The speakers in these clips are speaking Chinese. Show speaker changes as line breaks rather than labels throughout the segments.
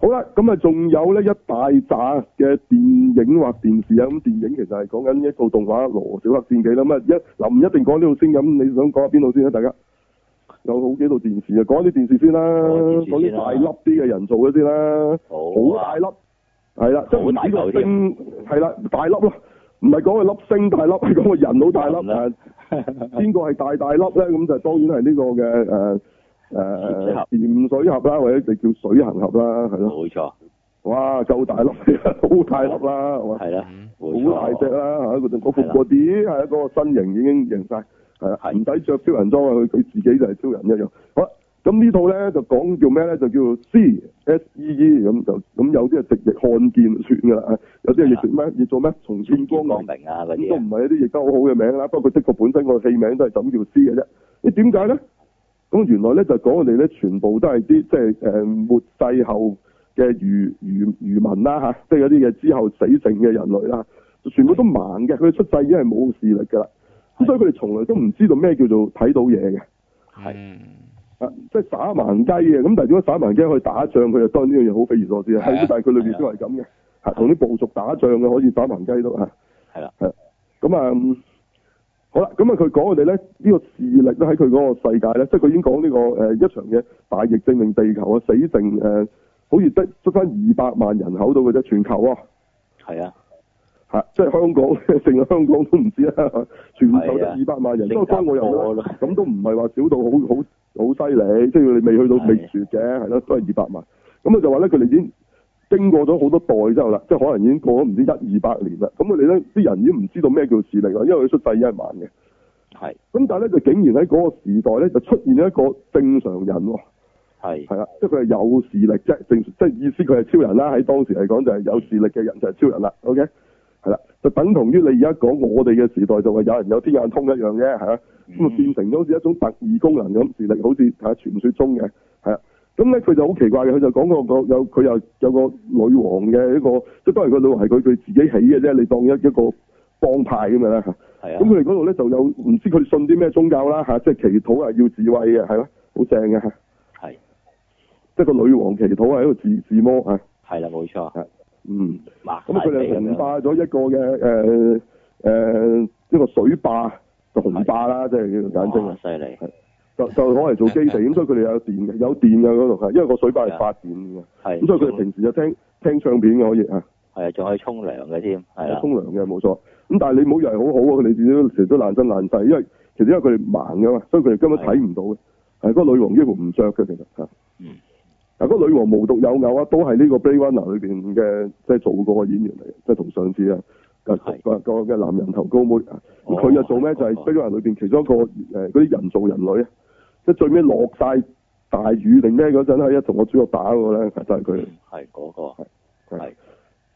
好啦，咁啊，仲有咧一大扎嘅電影或電視啊，咁電影其實係講緊一套動畫《羅小黑戰記》啦。咁啊，一嗱唔一定講呢度先，咁你想講下邊度先啊？大家有好幾套電視啊，講啲電視先啦，
講電視
講啲
先啦
大粒啲嘅人做嘅先啦，
啊
好大粒，係啦，即係唔係
好大嚿
呢個
添
星，係啦，大粒咯，唔係講佢粒星大粒， 係講個人好大粒
人啊
啊。邊個係大大粒咧？咁就當然係呢個
潛水
嘅誒誒
盒
潛水盒啦，或者你叫水行盒啦，係咯。
冇錯，
哇，夠大粒，好大粒啦，係嘛？
係啦，冇
好大隻啊
錯，
啦，嚇！嗰陣嗰
係
副
啦
個啲係一個身形已經型晒，係啦，
係
唔使着超人裝啊！佢佢自己就係超人一樣。好啦，咁呢套咧就講叫咩咧？就叫做 C S E E 咁就咁有啲係直譯看見就算㗎啦，啊有啲係譯做咩？譯做咩？重見光明
光。明啊嗰
咁都唔
啲
係一啲譯得好好嘅名啦，不過佢的確本身個戲名都係就咁叫詩嘅啫。咦點解咧？咁原來咧就講我哋咧全部都係啲即係誒末世後嘅漁漁漁民啦嚇，即係嗰啲嘅之後死剩嘅人類啦，全部都盲嘅，佢出世已經係冇視力㗎啦。咁所以佢哋從來都唔知道咩叫做睇到嘢嘅，
係
嗯
啊，即係耍盲雞嘅。咁但係點解耍盲雞可以打仗？佢就當然呢樣嘢好匪夷所思啦。
係啊
係，但係佢裏邊都係咁嘅，嚇同啲部族打仗嘅可以耍盲雞都嚇。
係啦，
咁啊、嗯好啦，咁啊，佢講我哋咧呢、個視力咧喺佢嗰個世界咧，即係佢已經講呢、個誒、呃一場嘅大疫證明地球啊死剩誒、呃好似得得翻二百萬人口到嘅啫，全球啊，
係啊，
係即係香港 淨係香港都唔知啦，全球得
係啊
二百萬人，
新
不過當我又
加
覺
坡
得
咯
咁都唔係話少到好好好犀利，即係佢哋未去到
係
未絕嘅，係咯，都係二百萬。咁啊就話咧，佢哋已經經過咗好多代之後啦，即係可能已經過咗唔知一二百年啦。咁佢哋咧啲人已經唔知道咩叫視力啦，因為佢出世已經係盲嘅。
係
咁但係咧就竟然喺嗰個時代咧就出現咗一個正常人喎，
係
係啦，即係佢係有視力啫，正即係意思佢係超人啦。喺當時嚟講就係有視力嘅人就係超人啦。OK，係啦，就等同於你而家講我哋嘅時代就話有人有天眼通一樣啫，係啊，
嗯
咁啊變成咗好似一種特異功能咁，視力好似係傳説中嘅，係啊。咁咧佢就好奇怪嘅，佢就講個個有佢又有個女王嘅一個，即係當然個女王係佢佢自己起嘅啫，你當一一個幫派咁樣啦嚇
係
咁
啊，
佢哋嗰度咧就有唔知佢哋信啲咩宗教啦嚇，即係祈禱係啊要智慧嘅，係咯，好正嘅嚇，
係
即係個女王祈禱係一個自自魔啊，
係啦，冇錯，
嗯，
擘
咁佢哋
大
崇
地
拜咗一個嘅誒誒一個水壩，就紅壩啦，即係叫簡稱
哇
啊，
犀利，
就就攞嚟做基地，咁所以佢哋有電嘅，有電嘅嗰度係，因為個水壩係發電嘅，
係
咁所以佢哋平時就聽聽唱片嘅可以啊，
係啊，仲可以沖涼嘅添，係啦，
沖涼嘅冇錯，咁但係你唔好以為好好啊，佢哋自己都成日都爛身爛世，因為其實因為佢哋盲嘅嘛，所以佢哋根本睇唔到嘅。係嗰個女王幾乎唔着嘅，其實嚇。
嗯。
嗱，嗰個女王無獨有偶啊，都係呢個《Blade Runner》裏邊嘅，即係做過嘅演員嚟嘅，即係同上次啊，個
係
個個嘅男人頭高妹啊，咁
哦
佢又做咩？
係
就係《
嗰
Blade
個
Runner》裏邊其中一個誒嗰啲人造人類啊，即係最尾落晒大雨定咩嗰陣喺一同個主角打嗰個咧，就係佢嚟。
嗯係嗰個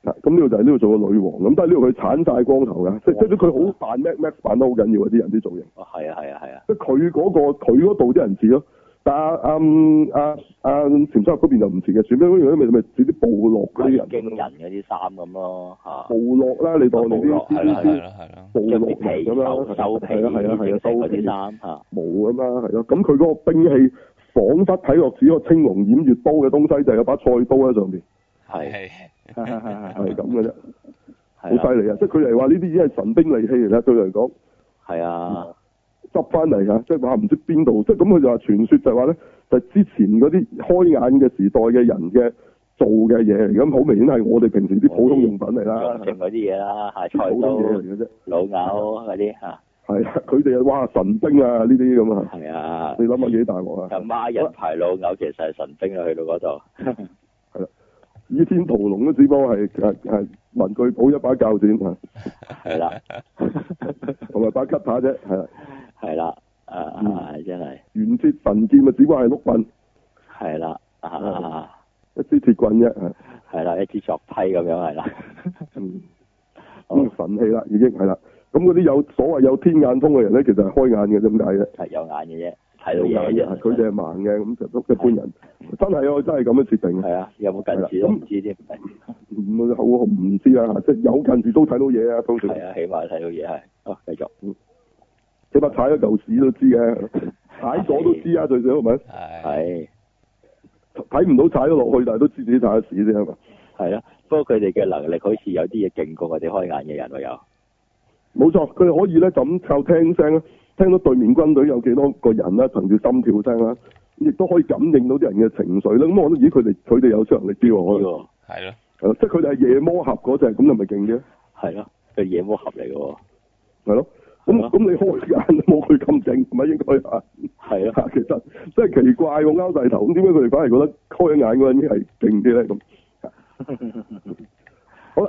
啊咁呢度就係呢度做個女王咁，但係呢度佢鏟晒光頭㗎，即即係佢好扮 Max Max 扮得好緊要啊！啲人啲造型。
哦，係啊，係啊，係啊，
即係佢嗰個佢嗰度啲人似咯，但係阿嗯阿阿潛水入嗰邊就唔似嘅，潛水嗰邊咪咪似啲部落嗰啲人，
驚人嗰啲衫咁咯嚇，
部落啦，你當你
啊部
啲
落
啲
係啦
啲
係
啲
啦係啦，
部
着
落
啲皮
咁啦，
手手皮
係啊係啊係啊，
整
收
嗰啲
皮
衫嚇，
毛咁啦，係咯，咁佢嗰個兵器彷彿睇落似個青龍偃月刀嘅東西，就係有把菜刀喺上 邊，
係
係
係咁嘅啫，好
係啦
犀利啊！即係佢哋話呢啲已經係神兵利器嚟啦，對佢嚟講。
係啊，
嗯執翻嚟㗎，即係話唔知邊度，即係咁佢就話傳說就話咧，就係之前嗰啲開眼嘅時代嘅人嘅做嘅嘢嚟，咁好明顯係我哋平時啲普通用品嚟啦，
仲剩嗰啲嘢啦，係菜
普通嘢
刀、
嚟嘅啫。
老牛嗰啲嚇，
係啊，佢哋啊，哇神兵啊呢啲咁啊，
係啊
你。諗下幾大鑊啊！
咁孖人排老牛其實係神兵啊，去到嗰度
倚天屠龍都只不過係係係文具鋪一把鉸剪啊，
係啦，
同埋把吉他啫，係啊。
係啦，
嗯
啊真係
玄鐵神劍啊，只不過係碌棍，
係啦，
嗯
啊
一支鐵棍啫，係啊
係啦，一支作批咁樣係啦，
嗯。
好
咁神器啦，已經係啦。咁嗰啲有所謂有天眼通嘅人咧，其實係開眼嘅啫，點解啫？
係有眼嘅啫，
係
睇到嘢嘅啫，
佢哋係盲嘅，咁就都一般人真係啊，真係咁嘅設定嘅
係啊，有冇近視都唔知添，係
唔好我唔知啊，即係有近視都睇到嘢啊，通常
啊，起碼睇到嘢係，哦繼續
起碼踩咗嚿屎都知嘅，踩咗都知啊，最少係咪？
係
係
睇唔到踩咗落去，但係都知自己踩咗屎啫係嘛。
係啦。不過佢哋嘅能力好似有啲嘢勁過我哋開眼嘅人喎，有
冇錯，佢哋可以咧就咁靠聽聲啦，聽到對面軍隊有幾多個人啦，憑住心跳聲啦，啊亦都可以感應到啲人嘅情緒啦。咁我覺得咦，佢哋佢哋有超能力啲喎，可能
呢
係咯，
係咯，即係佢哋係夜魔俠嗰只，咁就咪勁啲咯
個係咯，佢夜魔俠嚟嘅喎，
係咯。
係
咁
咯
咁你開眼都冇佢咁靜，唔係應該啊？
係咯，
其實真係奇怪喎，拗大頭，咁點解佢哋反而覺得開眼嗰陣係勁啲咧？咁好啦，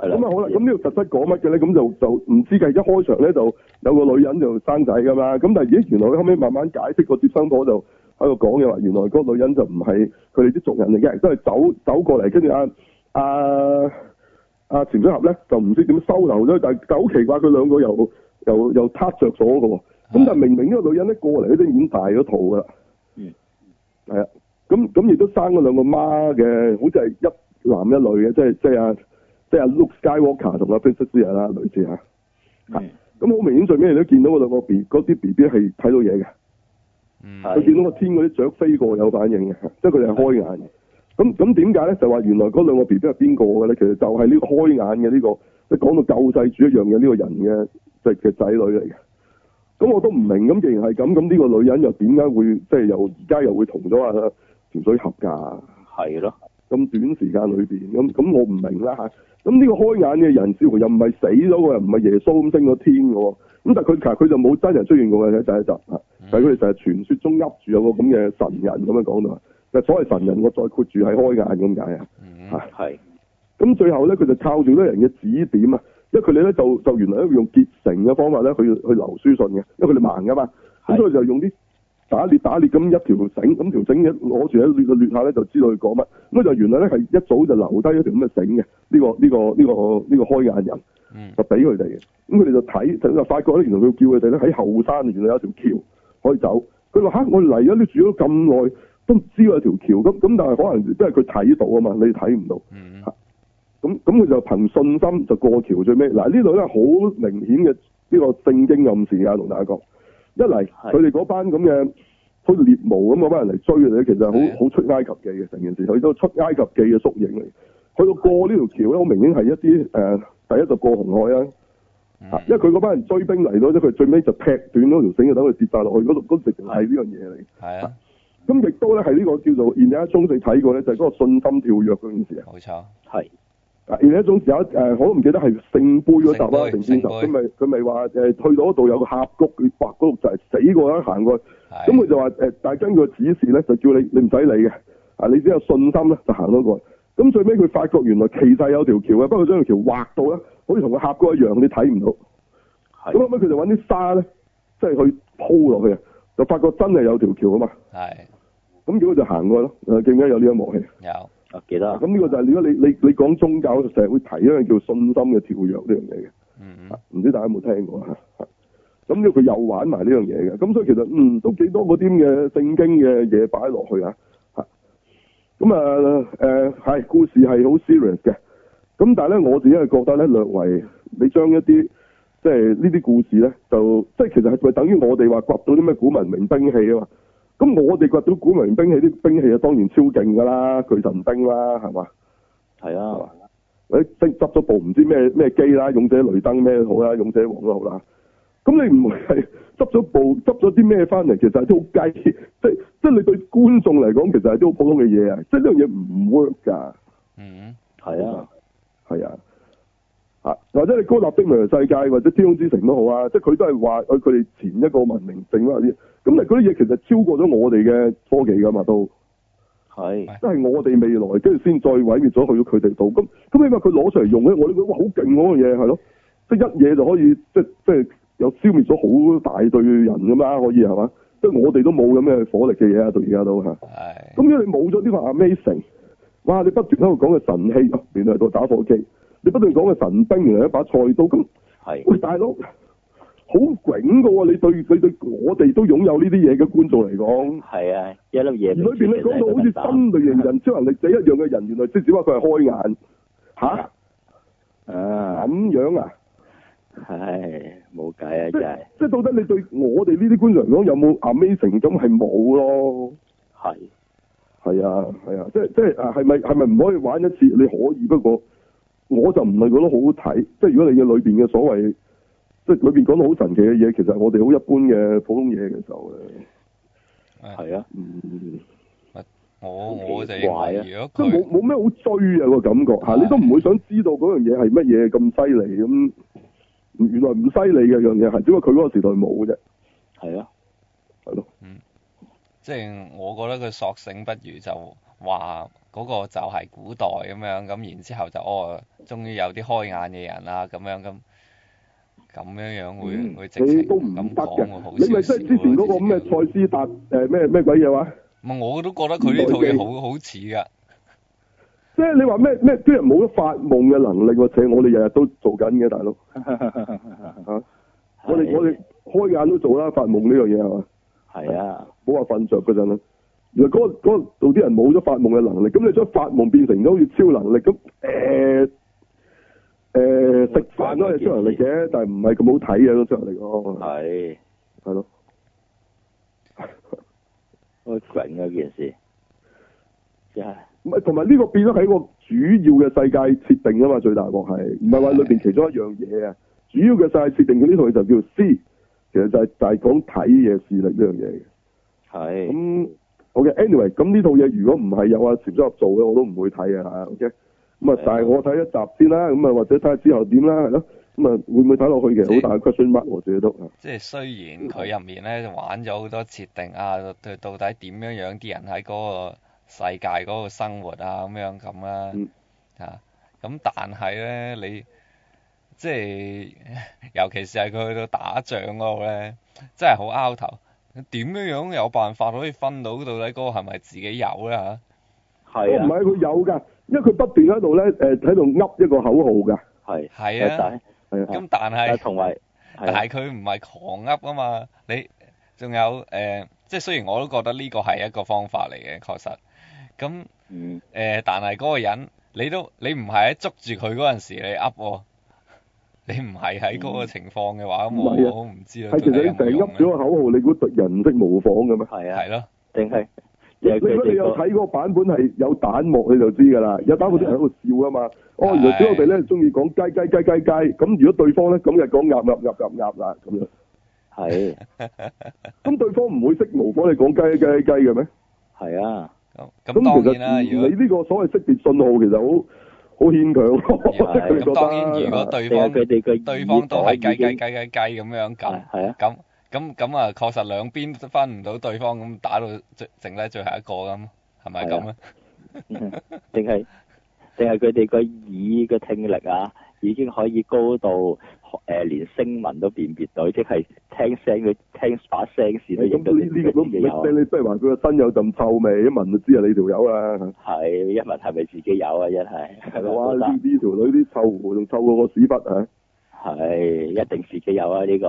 係啦
咁啊好啦，咁呢度特質講乜嘅咧？咁就就唔知嘅。一開場咧就有個女人就生仔噶嘛，咁但係咦，原來佢後尾慢慢解釋個接生婆就喺度講嘅話，原來嗰個女人就唔係佢哋啲族人嚟嘅，都係走走過嚟，跟住啊啊啊潛水俠咧就唔知點收留咗，但係但係好奇怪，佢兩個又又又撻着咗嘅喎。咁但係明明呢個女人咧過嚟，佢都已經大咗肚㗎啦。
嗯，
係啊，咁咁亦都生咗兩個媽嘅，好似係一男一女嘅，即係即係啊，即係啊 Luke Skywalker 同阿 Princess Leia 啦，類似嚇。啊
嗯
咁好明顯最尾你都見到嗰兩個 B 嗰啲 B B 係睇到嘢嘅，
嗯，
係
佢見到個天嗰啲雀飛過有反應嘅，即係佢哋係開眼嘅。咁咁點解咧？就話原來嗰兩個 B B 係邊個嘅咧？其實就係呢個開眼嘅呢、個，即係講到救世主一樣嘅呢個人嘅即係嘅仔女嚟嘅。咁我都唔明，咁既然係咁，咁呢個女人又點解會即係又而家又會同咗阿啊潛水俠㗎？
係咯，
咁短時間裏邊，咁咁我唔明啦嚇。咁呢個開眼嘅人，似乎又唔係死咗喎，又唔係耶穌咁升咗天嘅喎。咁但係佢其實佢就冇真人出現過嘅喺第一集嚇，但係佢哋就係傳說中噏住有個咁嘅神人咁樣講到，但係所謂神人，我再括住係開眼咁解啊。
嗯
嚇
係
咁最後咧，佢就靠住呢人嘅指點啊，因為佢哋咧就就原來咧用結成嘅方法咧去去流書信嘅，因為佢哋盲噶嘛，咁
係
所以就用啲打裂打裂咁一條繩，咁條繩一攞住一攣攣下咧就知道佢講乜，咁就原來咧係一早就留低咗條咁嘅繩嘅，呢、個呢、個呢、個呢、個開眼人
嗯
就俾佢哋嘅，咁佢哋就睇就就發覺咧，原來佢叫佢哋咧喺後山原來有條橋可以走，佢話吓我嚟咗呢住咗咁耐都唔知有條橋，咁咁但係可能即係佢睇到啊嘛，你睇唔到。
嗯
咁咁佢就憑信心就過橋最尾。嗱呢度咧好明顯嘅呢個聖經暗示啊，同大家講，一嚟
係
佢哋嗰班咁嘅好似獵巫咁嗰班人嚟追佢哋，其實
係啊
好好出埃及記嘅成件事，佢都出埃及記嘅縮影嚟。去到過呢條橋咧，好明顯係一啲誒、呃第一就過紅海啦，啊
嗯
啊因為佢嗰班人追兵嚟到咧，佢最尾就劈斷嗰條繩，就等佢跌晒落去嗰度，嗰度直情係呢樣嘢嚟。
係啊，
咁亦都咧係呢個叫做 Indiana Jones 你睇過咧，就係、嗰個信心跳躍嗰件事啊。
冇錯，
係
啊，而且總時有一誒，我都唔記得係聖杯嗰集啦，
聖杯
定邊集？
聖杯
佢咪佢咪話誒，去到嗰度有個峽谷，佢畫嗰度就係死過啦，行過去。
係
咁佢就話誒，但係根據指示咧，就叫你你唔使理嘅，啊，你只有信心咧就行到過去。咁最尾佢發覺原來其實有條橋嘅，不過將條橋畫到咧，好似同個峽谷一樣，你睇唔到。咁
係
後尾佢就揾啲沙咧，即係去鋪落去啊，就發覺真係有條橋啊嘛。
係
咁結果就行過去咯。呃誒，記唔記得有呢一幕戲？
有
我啊記得
啊咁呢個就係如果你你你講宗教成日會提一樣叫信心嘅跳躍呢樣嘢嘅，
嗯
啊唔知大家有冇聽過啊？ 啊咁呢佢又玩埋呢樣嘢嘅，咁所以其實嗯都幾多嗰啲咁嘅聖經嘅嘢擺落去啊，嚇咁啊誒係故事係好 serious 嘅，咁但係咧我自己係覺得咧略為你將一啲即係呢啲故事咧就即係其實係咪等於我哋話掘到啲咩古文明兵器啊嘛？咁我哋掘到古文明兵器啲兵器啊，當然超勁㗎啦，巨神兵啦，係嘛？
係啊，
或者執執咗部唔知咩咩機啦，勇者雷登咩好啦，勇者王都好啦。咁你唔會係 執咗部執咗啲咩翻嚟，其實係啲好雞， 即係即係你對觀眾嚟講，其實係啲好普通嘅嘢啊！即係呢樣嘢唔 work 㗎，
嗯
係啊，
係啊，啊或者你高立的未來世界或者天空之城都好啊，即係佢都係話佢佢哋前一個文明剩翻啲，咁但係嗰啲嘢其實超過咗我哋嘅科技㗎嘛都。
係
即係我哋未來，跟住先再毀滅咗去到佢哋度。咁咁起碼佢攞出嚟用咧，我哋覺得哇好勁嗰樣嘢係咯，即係一嘢就可以即即係又消滅咗好大隊人咁啦，可以係嘛？即係我哋都冇咁嘅火力嘅嘢啊，到而家都嚇。
係
咁因為你冇咗呢個 amazing，哇！你不斷喺度講嘅神器，哦原來係個打火機；你不斷講嘅神兵，原來係一把菜刀。咁
係
喂大佬，好囧嘅喎！你對你對我哋都擁有呢啲嘢嘅觀眾嚟講。
係啊，一粒嘢
而裏邊你講到好似
心
新類型人超能力者一樣嘅人，原來即係只不過係開眼吓
啊，
咁樣啊！
係冇計啊，
即
真係
即係到底你對我哋呢啲觀眾嚟講有冇 amazing 咁係冇咯？
係
係啊，係啊，即係即係啊，係咪係咪唔可以玩一次？你可以，不過我就唔係覺得好好睇。即係如果你嘅裏邊嘅所謂，即係裏邊講到好神奇嘅嘢，其實我哋好一般嘅普通嘢嘅時候咧，
誒
係啊，
嗯，
我
好
我
奇
就認
怪啊
為，如
即
果
係
佢
冇冇咩好追啊個感覺嚇，
係
你都唔會想知道嗰樣嘢係乜嘢咁犀利咁。原來唔犀利嘅樣嘢係，只不過佢嗰個時代冇啫，
係啊，
係咯。
即係我覺得佢索性不如就話嗰個就係古代咁樣，咁然之後就哦，終於有啲開眼嘅人啦，咁樣咁咁樣樣會、
嗯
會直
你
情
都唔
咁
得嘅
講會好，
你咪即
少
係
少
之前嗰個咩
喎
蔡斯達誒咩咩鬼嘢話？
唔係我都覺得佢呢套嘢好好似㗎，
即係你話咩咩啲人冇得發夢嘅能力喎，或者我哋日日都做緊嘅，大 佬。啊我哋
係
我哋開眼都做啦，發夢呢樣嘢係嘛？
係啊，
冇話瞓着嗰陣啦。原來嗰嗰度啲人冇咗發夢嘅能力，咁你將發夢變成咗好似超能力咁誒誒食飯都係超能力嘅，但係唔係咁好睇嘅嗰超能力咯，
係
係咯。
好勁啊！件事真係
唔啊係同埋呢個變咗喺個主要嘅世界設定啊嘛，最大鑊係唔係話裏邊其中一樣嘢啊？主要嘅世界設定佢呢套嘢就叫 C，其實就係、就係講睇嘢視力呢樣嘢嘅。
係
咁好嘅，anyway，咁呢套嘢如果唔係有阿潛水入做嘅，我都唔會睇嘅嚇。OK，咁啊
係，
但係我睇一集先啦，咁啊或者睇下之後點啦，係咯。咁啊，會唔會睇落去嘅？好大嘅 question mark 我自己都啊
即係雖然佢入面咧就玩咗好多設定啊，到到底點樣樣啲人喺嗰個世界嗰個生活啊咁樣咁啦
嗯，
啊咁但係咧你即係 尤其是係佢去到打仗嗰度咧，真係好拗頭，點樣樣有辦法可以分到到底嗰個係咪自己有咧嚇？
我唔
係啊
係佢有㗎，因為佢不斷喺度咧誒喺度噏一個口號㗎，
啊，係
係啊，
係啊，
咁但
但
係
係。同埋
但
係
係佢唔係狂噏啊嘛，你仲有誒、呃即係雖然我都覺得呢個係一個方法嚟嘅，確實。咁誒、
嗯
呃但係嗰個人你都你唔係喺捉住佢嗰陣時你噏喎，你唔係喺嗰個情況嘅話，咁
唔係啊
我我唔知啊。
係其實你成日噏咗個口號，你估人唔識模仿嘅咩？
係
係
啊，
咯，
定係
你
定係
如
佢
果你
哋
有
個
睇嗰個版本係有彈幕，你就知㗎啦。有彈幕啲人喺度笑啊嘛。哦，原來小我哋咧中意講雞雞雞雞雞，咁如果對方咧咁就講鴨鴨鴨鴨鴨啦咁樣。
係
咁對方唔會識模仿你講雞雞雞嘅咩？
係啊，
咁
咁
咁當
其
然啦，
實
如果
你呢個所謂識別信號其實好好牽強咯。
如 果
即係佢哋覺
啊咁當然，如果
得
定係佢
對方
哋嘅
對方都係雞雞雞
雞，
雞雞咁樣咁
係。係啊，
咁咁咁啊，確實兩邊都分唔到對方，咁打到最剩低最後一個咁，係咪咁啊咧？
嗯定係定係佢哋個耳嘅聽力啊，已經可以高到誒、呃、連聲紋都辨別到，即係聽聲佢聽把聲線都認到
咁呢呢個都唔
自己
識
有
聲，你即係話佢個身有陣臭味，一聞就知係你條友啦。
啊，係一問係咪自己有啊？真係係咪好
哇！呢
得？
呢條女啲臭狐仲臭過個屎忽啊！
係一定自己有啊！呢、個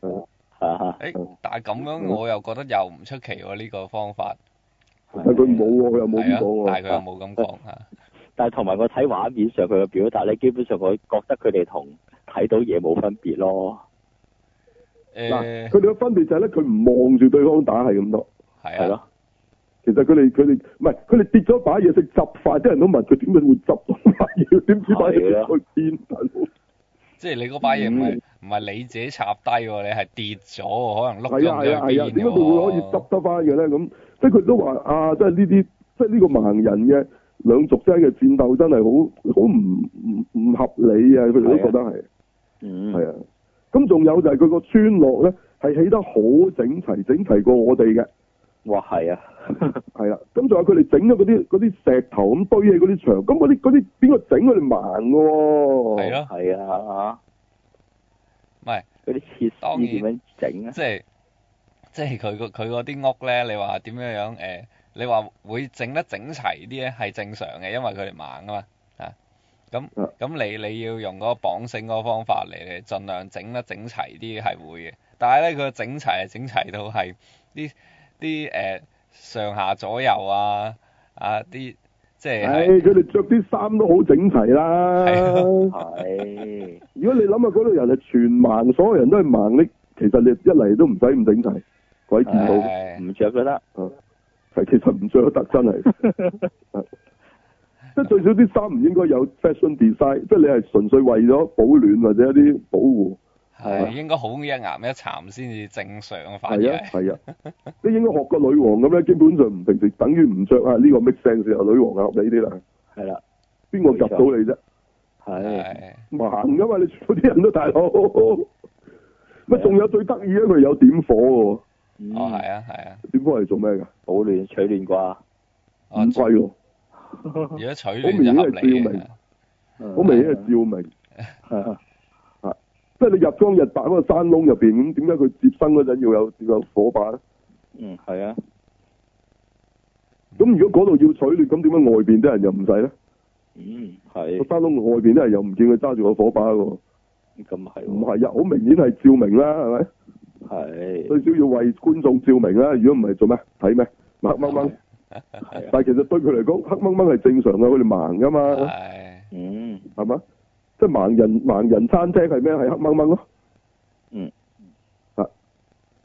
嗯
啊
誒、但係咁樣我又覺得又唔出奇喎、呢、個方法
啊
但係佢冇喎，佢又冇
係
咁講喎
啊，但
啊
係。佢又冇咁講嚇，
但係同埋我睇畫面上佢嘅表達咧，基本上我覺得佢哋同睇到嘢冇分別咯。
嗱，
誒
佢哋嘅分別就係咧，佢唔望住對方打係咁多。
係
係啊，
咯，
其實佢哋佢哋唔係佢哋跌咗把嘢食執法，啲人都問佢點解會執到把嘢，點知把嘢
係啊
去邊？大佬
即係你嗰把嘢
嗯
唔係唔係你自己插低喎，你係跌咗喎，可能碌
係啊係
咗咗
啊係啊，
邊
點解佢會可以
喎
執。得翻嘅咧？咁即係佢都話啊，即係呢啲即係呢個盲人嘅兩族之間嘅戰鬥真係好好唔唔唔合理啊！佢哋都覺得係
嗯，
係啊。咁仲有就係佢個村落咧係起得好整齊，整齊過我哋嘅。
哇，係啊，
係啦，咁仲有佢哋整咗嗰啲嗰啲石頭咁堆起嗰啲牆，咁嗰啲嗰啲邊個整佢哋盲嘅喎？
係咯
係啊，
唔係
嗰啲設
當
施點樣整啊？
即係即係佢個佢嗰啲屋咧，你話點樣樣誒、呃你話會整得整齊啲咧係正常嘅，因為佢哋盲啊嘛啊。咁
嗯
咁你你要用嗰個綁繩嗰個方法嚟，嚟盡量整得整齊啲係會嘅。但係咧，佢整齊係整齊到係啲啲誒上下左右啊啊啲即係
唉，
係
佢哋着啲衫都好整齊啦。
係啊
係
如果你諗下嗰度人係全盲，所有人都係盲，你其實你一嚟都唔使唔整齊，鬼見到
唉
唔着覺得
係其實唔着得真係。係即係最少啲衫唔應該有 fashion design，即係你係純粹為咗保暖或者一啲保護。
係應該好一岩一蠶先至正常，反而
係啊
係
係啊，即係應該學個女王咁咧，基本上唔平時等於唔着啊，呢、個 make sense 啊，女王啊合理啲啦，
系啦，
邊個及到你啫？
系
係
盲噶嘛，你全部啲人都大佬。乜仲有最得意咧？佢有點火喎，
Ừ.
哦係啊係啊，
點火係做咩㗎？
保暖取暖啩，
哦
唔貴喎，
如果取暖就合理
嗯好明顯係照明，好明顯
Ừ,
嘅
係照明。
係啊
即係你入裝日白嗰個山窿入邊，咁點解佢接生嗰陣要有要有火把咧？
嗯系啊，
咁如果嗰度要取暖，咁點解外邊啲人又唔使咧？
嗯
個
系，
山窿外邊啲人又唔見佢揸住個火把喎？
咁系
唔係呀，好明顯係照明啦，係咪？
嗯系
最少要為觀眾照明啦，如果唔係做咩睇咩？
嗯
黑掹掹，
系啊，
但係其實對佢嚟講，黑掹掹係正常嘅，佢哋盲噶嘛，
係
嗯
係嘛？即係盲人盲人餐廳係咩？係黑掹掹咯，
嗯
啊，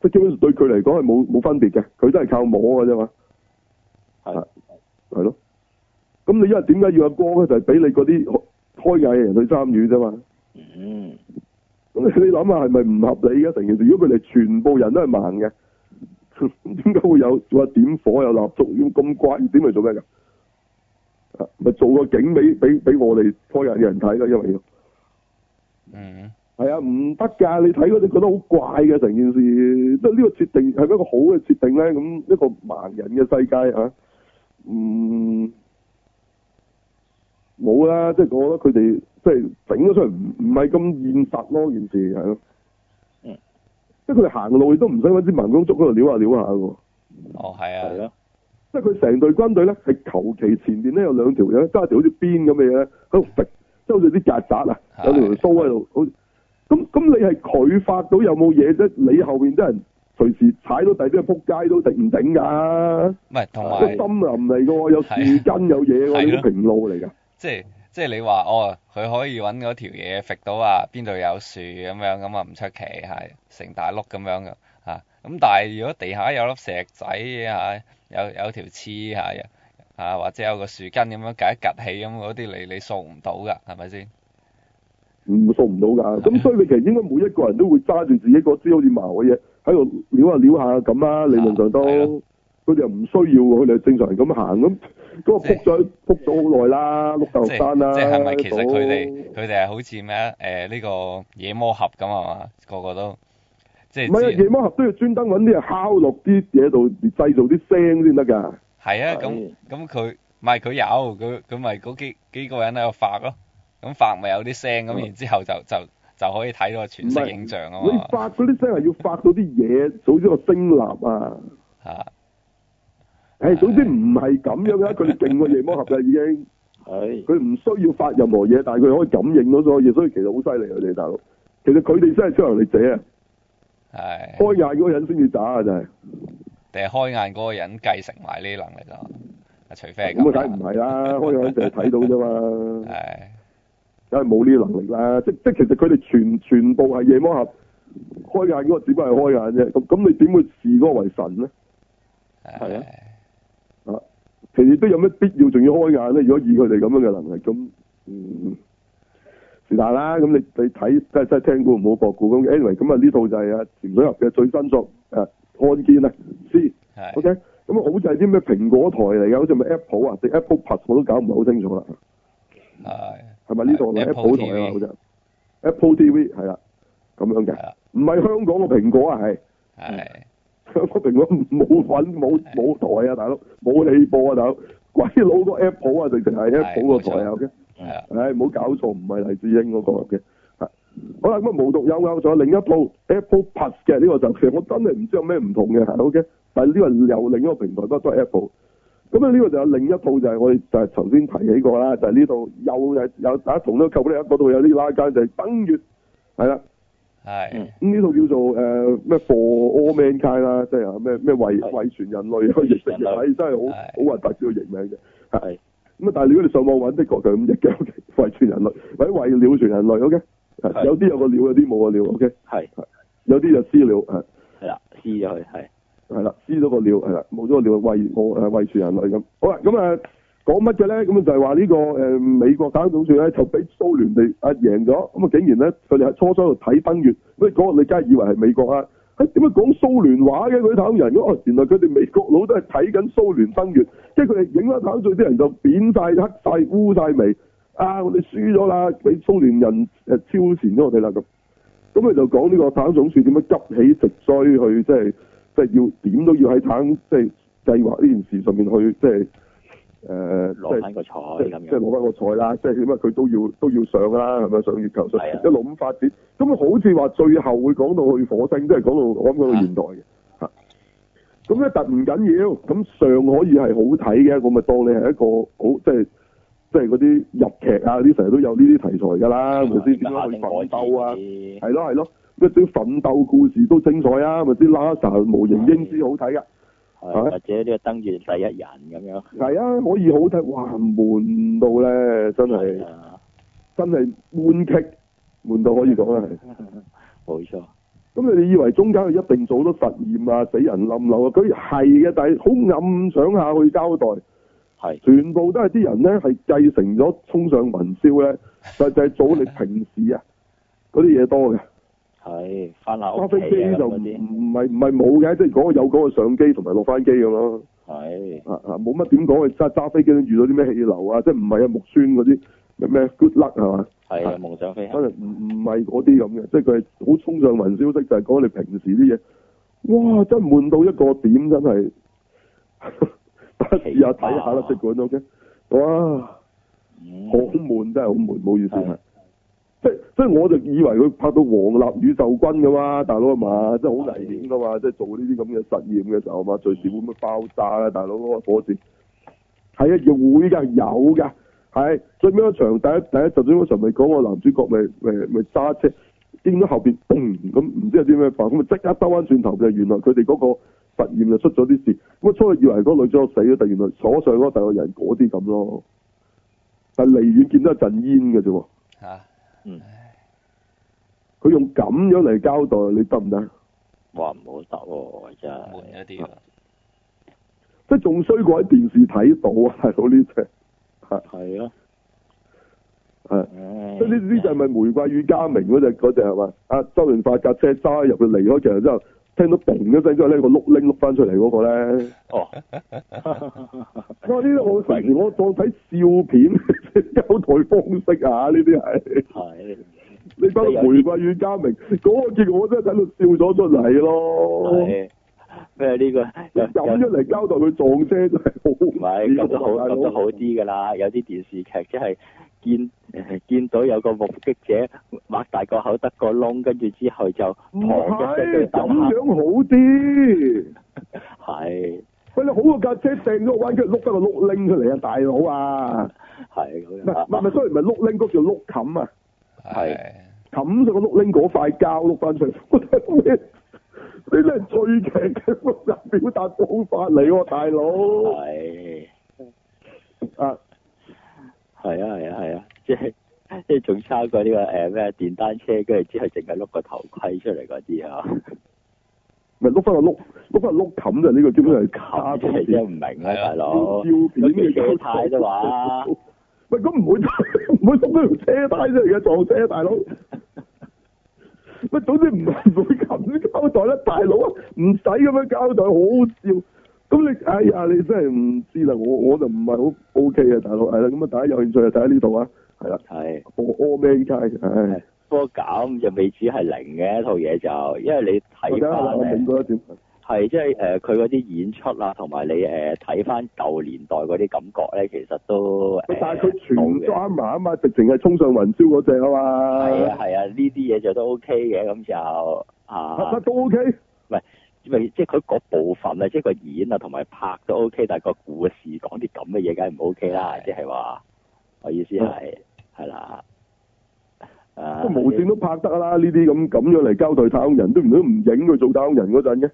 即係基本上對佢嚟講係冇冇分別嘅，佢都係靠摸嘅啫嘛。
系
係係咯。咁你因為點解要有光咧？就係、俾你嗰啲開眼嘅人去參與啫嘛。
嗯
咁你諗下係咪唔合理嘅成件事？如果佢哋全部人都係盲嘅， 點解會有話點火有蠟燭咁咁怪？點嚟做咩㗎？啊咪做個景俾俾俾我哋開眼嘅人睇咯，因為
嗯
係啊，唔得㗎！你睇嗰啲覺得好怪嘅成件事，即係呢個設定係咪一個好嘅設定咧？咁一個盲人嘅世界啊，嗯，冇啦，即係我覺得佢哋即係整咗出嚟唔唔係咁現實咯，件事係咯，
嗯，
即係佢哋行路亦都唔使揾支盲公竹嗰度撩下撩下嘅喎，
哦係
系
啊，
咯，
即係佢成隊軍隊咧係求其前面咧有兩條嘢揸條好似鞭咁嘅嘢咧喺度揈，即係好似啲曱甴啊，
係
有條鬚喺度，好似咁咁你係佢發到有冇嘢啫？你後面啲人隨時踩到第啲撲街都頂唔頂㗎？
唔係同
個
埋
森。林嚟㗎喎，有樹根有嘢
係
喎，
啊
呢啲平路嚟㗎。
即係即係你話哦，佢可以揾嗰條嘢揈到啊，邊度有樹咁樣咁啊，唔出奇係成大碌咁樣嘅嚇。咁但係如果地下有粒石仔嚇，有有條刺嚇，有啊或者有個樹根咁樣趌一趌起咁嗰啲，你你掃唔到㗎，係咪先？
唔掃唔到㗎，咁所以你其實應該每一個人都會揸住自己個支好似矛嘅嘢啊喺度撩下撩下咁啦，理論上都
啊係咯
佢哋又唔需要喎，佢哋正常人咁行咁，咁啊
即
撲咗撲咗好耐啦，碌豆
即
山啦，
係即係係咪其
大
實
佬
佢哋佢哋係好似咩誒呢個野魔俠咁啊嘛，個個都即
唔係啊，
係知
夜晚俠都要專登揾啲嘢敲落啲嘢度，製造啲聲先得㗎。
係啊，咁咁佢唔係佢有佢佢咪嗰幾幾個人喺度發咯，咁發咪有啲聲咁，然之後就就就可以睇到全息影像啊
啊你
嘛，
發嗰啲聲係要發到啲嘢，早知個聲立啊！
嚇
誒，總之唔係咁樣啊嘅，佢哋勁過夜魔俠啦已經。
系
佢唔需要發任何嘢，但係佢可以感應到所有嘢，所以其實好犀利佢哋大佬。其實佢哋真係超能力者啊！
係
開眼嗰個人先至渣啊，真係。
定係開眼嗰個人繼承埋呢啲能力啊？除非係
咁啊，梗係
咁啦
唔係 啦，開眼嗰個人淨係睇到啫嘛，
係
梗係冇呢啲能力啦。即即其實佢哋全全部係夜魔俠，開眼嗰個只不過係開眼啫。咁咁你點會視嗰個為神咧？
係啊
其實都有咩必要仲要開眼咧？如果以佢哋咁樣嘅能力，咁嗯是但啦。咁你你睇真係真係聽估唔好博估咁。anyway，咁啊呢套就係啊潛水俠嘅最新作誒案件啊 C。
係
OK，咁啊好似係啲咩蘋果台嚟嘅，好似咪 Apple 啊定 Apple Plus 我都搞唔係好清楚啦。
係
係咪呢度係咪
Apple
Apple 台啊？
TV
好似係 Apple TV 係啦，咁樣嘅
係啦，
唔係香港嘅蘋果啊，係
係
香港蘋果冇份冇冇台啊，大佬冇你播啊，大佬鬼佬個 Apple 啊，直情係 Apple 個台啊，OK。
係啊
唉，唔好搞錯，唔係黎智英嗰個嘅。係好啦，咁啊無獨有偶，仲有另一套 Apple Plus 嘅呢、個就其實我真係唔知有咩唔同嘅係，OK。但係呢個又另一個平台，不過都係 Apple。咁啊，呢個就有另一套就係我哋就係頭先提起過啦，就係呢度又係有大家同都購呢一嗰度有啲拉間就係登月，係啦。
係
咁呢套叫做誒咩 For All Mankind 啦，即係啊咩咩為
係
為全人類去譯成嘅， 係真係好好
係
核突呢個譯名嘅。
系
咁啊，但係如果你上網揾，的確就咁譯嘅，OK，為全人類，或者為了全人類，OK，啊
係
有啲有個料，有啲冇個料，OK，啊
系
有啲就私料，係
系啦，撕咗佢系，
係啦，知咗個料係啦，冇咗個料喂我誒喂住人類咁。好啦，咁啊講乜嘅咧？咁就係話呢個誒、呃美國打總算咧，就俾蘇聯哋啊贏咗，咁啊竟然咧佢哋喺初初喺度睇登月，喂嗰個你梗係以為係美國啊？係點解講蘇聯話嘅嗰啲太空人？哦，原來佢哋美國佬都係睇緊蘇聯登月，即係佢哋影咗太空最啲人就扁晒、黑晒、烏晒眉。啊！我哋輸咗啦，俾蘇聯人誒超前咗我哋啦咁。咁佢就講呢個坦克總署點樣急起直追去，即係即係要點都要喺坦即係計劃呢件事上面去，即係誒
攞
即係
翻個彩
即係
咁
即係
樣，
攞翻個賽啦，即係點啊？佢都要都要上啦，係咪上月球上
係啊
一路咁發展？咁好似話最後會講到去火星，即係講到我諗講到現代嘅
啊
嚇。咁咧，但唔緊要，咁上可以係好睇嘅，我咪當你係一個好即係即係嗰啲日劇啊，啲成日都有呢啲題材㗎啦，係咪先？點樣去奮鬥啊？係咯係咯，咩啲奮鬥故事都精彩啊！咪啲 NASA 模型英姿好睇啊噶，
係或者呢個登月第一人咁樣，
係啊，可以好睇，哇悶到咧，真係
啊，
真係悶劇，悶到可以講啦係。
冇錯，
咁你哋以為中間佢一定做咗實驗啊、死人冧樓啊？佢係嘅，但係好暗想下去交代，
係
全部都係啲人咧係繼承咗衝上雲霄咧，就就係做你平時啊嗰啲嘢多嘅。
啊係翻下
揸
屋
飛
企啊
機就
咁
唔
嗰啲，
唔係唔係冇嘅，即係嗰個有嗰個相機同埋落翻機咁咯。
係
啊啊，冇乜點講，佢揸揸飛機都遇到啲咩氣流啊，即係唔係啊木村嗰啲咩咩 good luck 係嘛？
係
係
啊夢想飛
可
行，
能唔唔係嗰啲咁嘅，即係佢係好衝上雲霄式，就係講你平時啲嘢。哇！真係悶到一個點，真係 得試下睇下啦，即管 OK。哇！
嗯
好悶，真係好悶，冇意思
係
係。即即我就以為佢拍到黃立宇宙軍噶嘛，大佬係嘛，即係好危險噶嘛，即係做呢啲咁嘅實驗嘅時候嘛，隨時會唔會爆炸啊，大佬嗰個火箭。係啊，要會㗎，有㗎，係最尾嗰場第一第一集最尾嗰場咪講個男主角咪咪咪揸車，見到後邊嘣咁唔知有啲咩爆，咁咪即刻兜翻轉頭就原來佢哋嗰個實驗就出咗啲事，咁啊初以為嗰個女主角死咗，但原來坐上嗰個第二個人嗰啲咁咯，但離遠見到一陣煙嘅啫喎。
嚇，
嗯，
佢用咁樣嚟交代，你得唔得？
哇唔好得喎真
悶
係，
咗啲喎。
即係仲衰過喺電視睇到啊！大佬呢只
係
係，
咯，唉
即係呢呢就係咪《玫瑰與家明》嗰只嗰只係嘛？啊，周潤發架車揸入去離開劇場之後，聽到嘣一聲之後咧，個碌拎碌翻出嚟嗰個咧，
哦，
哇！呢 啲我平時我當睇笑片交代方式啊，呢啲 係
係
你翻《玫瑰與家明》嗰個結果，我真係睇到笑咗出嚟咯。
係咩呢個有
咁樣嚟交代佢撞車真係好啊
唔係咁都好，
大佬
咁都好啲㗎啦。有啲電視劇即係見見到有個目擊者擘大個口得個窿，跟住之後就
唔
砰一聲
係
就
咁
抌
樣好啲。
下，係
喂，你好過架車掟咗個彎，跟住碌得個碌拎出嚟啊，大佬啊！
係咁
唔係
樣
唔係唔係，sorry，唔係碌拎，嗰叫碌冚啊，
係
係
冚咗個碌拎嗰塊膠碌翻出嚟。 我真係咩你真係最劇嘅複雜表達方法嚟喎，大佬
係
啊！
係啊係啊係啊，即係即係仲差過呢個誒咩電單車，跟住之後淨係碌個頭盔出嚟嗰啲啊，
咪碌翻個碌，碌翻個碌冚就呢個基本上係
咁
卡
真係唔明啊，大
照。
佬
片嘅
咁條車胎啫嘛。
喂，咁唔會 唔會碌到條車胎出嚟嘅撞車，大佬。喂，總之唔 係會咁交代啦，大佬啊，唔使咁樣交代，好好笑。咁你哎呀，你真係唔知啦，我我就唔係好 OK 啊，大佬。係啦，咁啊，大家有興趣就睇喺呢度啊。係啦，
係，
我 all man 街，唉，
不過咁就未止係零嘅套嘢就，因為你
我睇
睇
下
翻
啦我
咧
明。嗰一點。
係即係誒，佢嗰啲演出啊，同埋你誒睇翻舊年代嗰啲感覺咧，其實都誒
喂但係佢全
啊好嘅
drama 啊嘛，直情係衝上雲霄嗰只啊嘛。
係啊係啊，呢啲嘢就都 OK 嘅，咁就
乜
啊，
都 OK。
咪即係佢嗰部分啊，即係個演啊同埋拍都 OK，但係個故事講啲咁嘅嘢，梗係唔 OK 啦，
係
即係話我意思係
嗯
係啦，啊
都無線都拍得啦，呢啲咁咁樣嚟交代太空人，都唔都唔影佢做太空人嗰陣 嘅。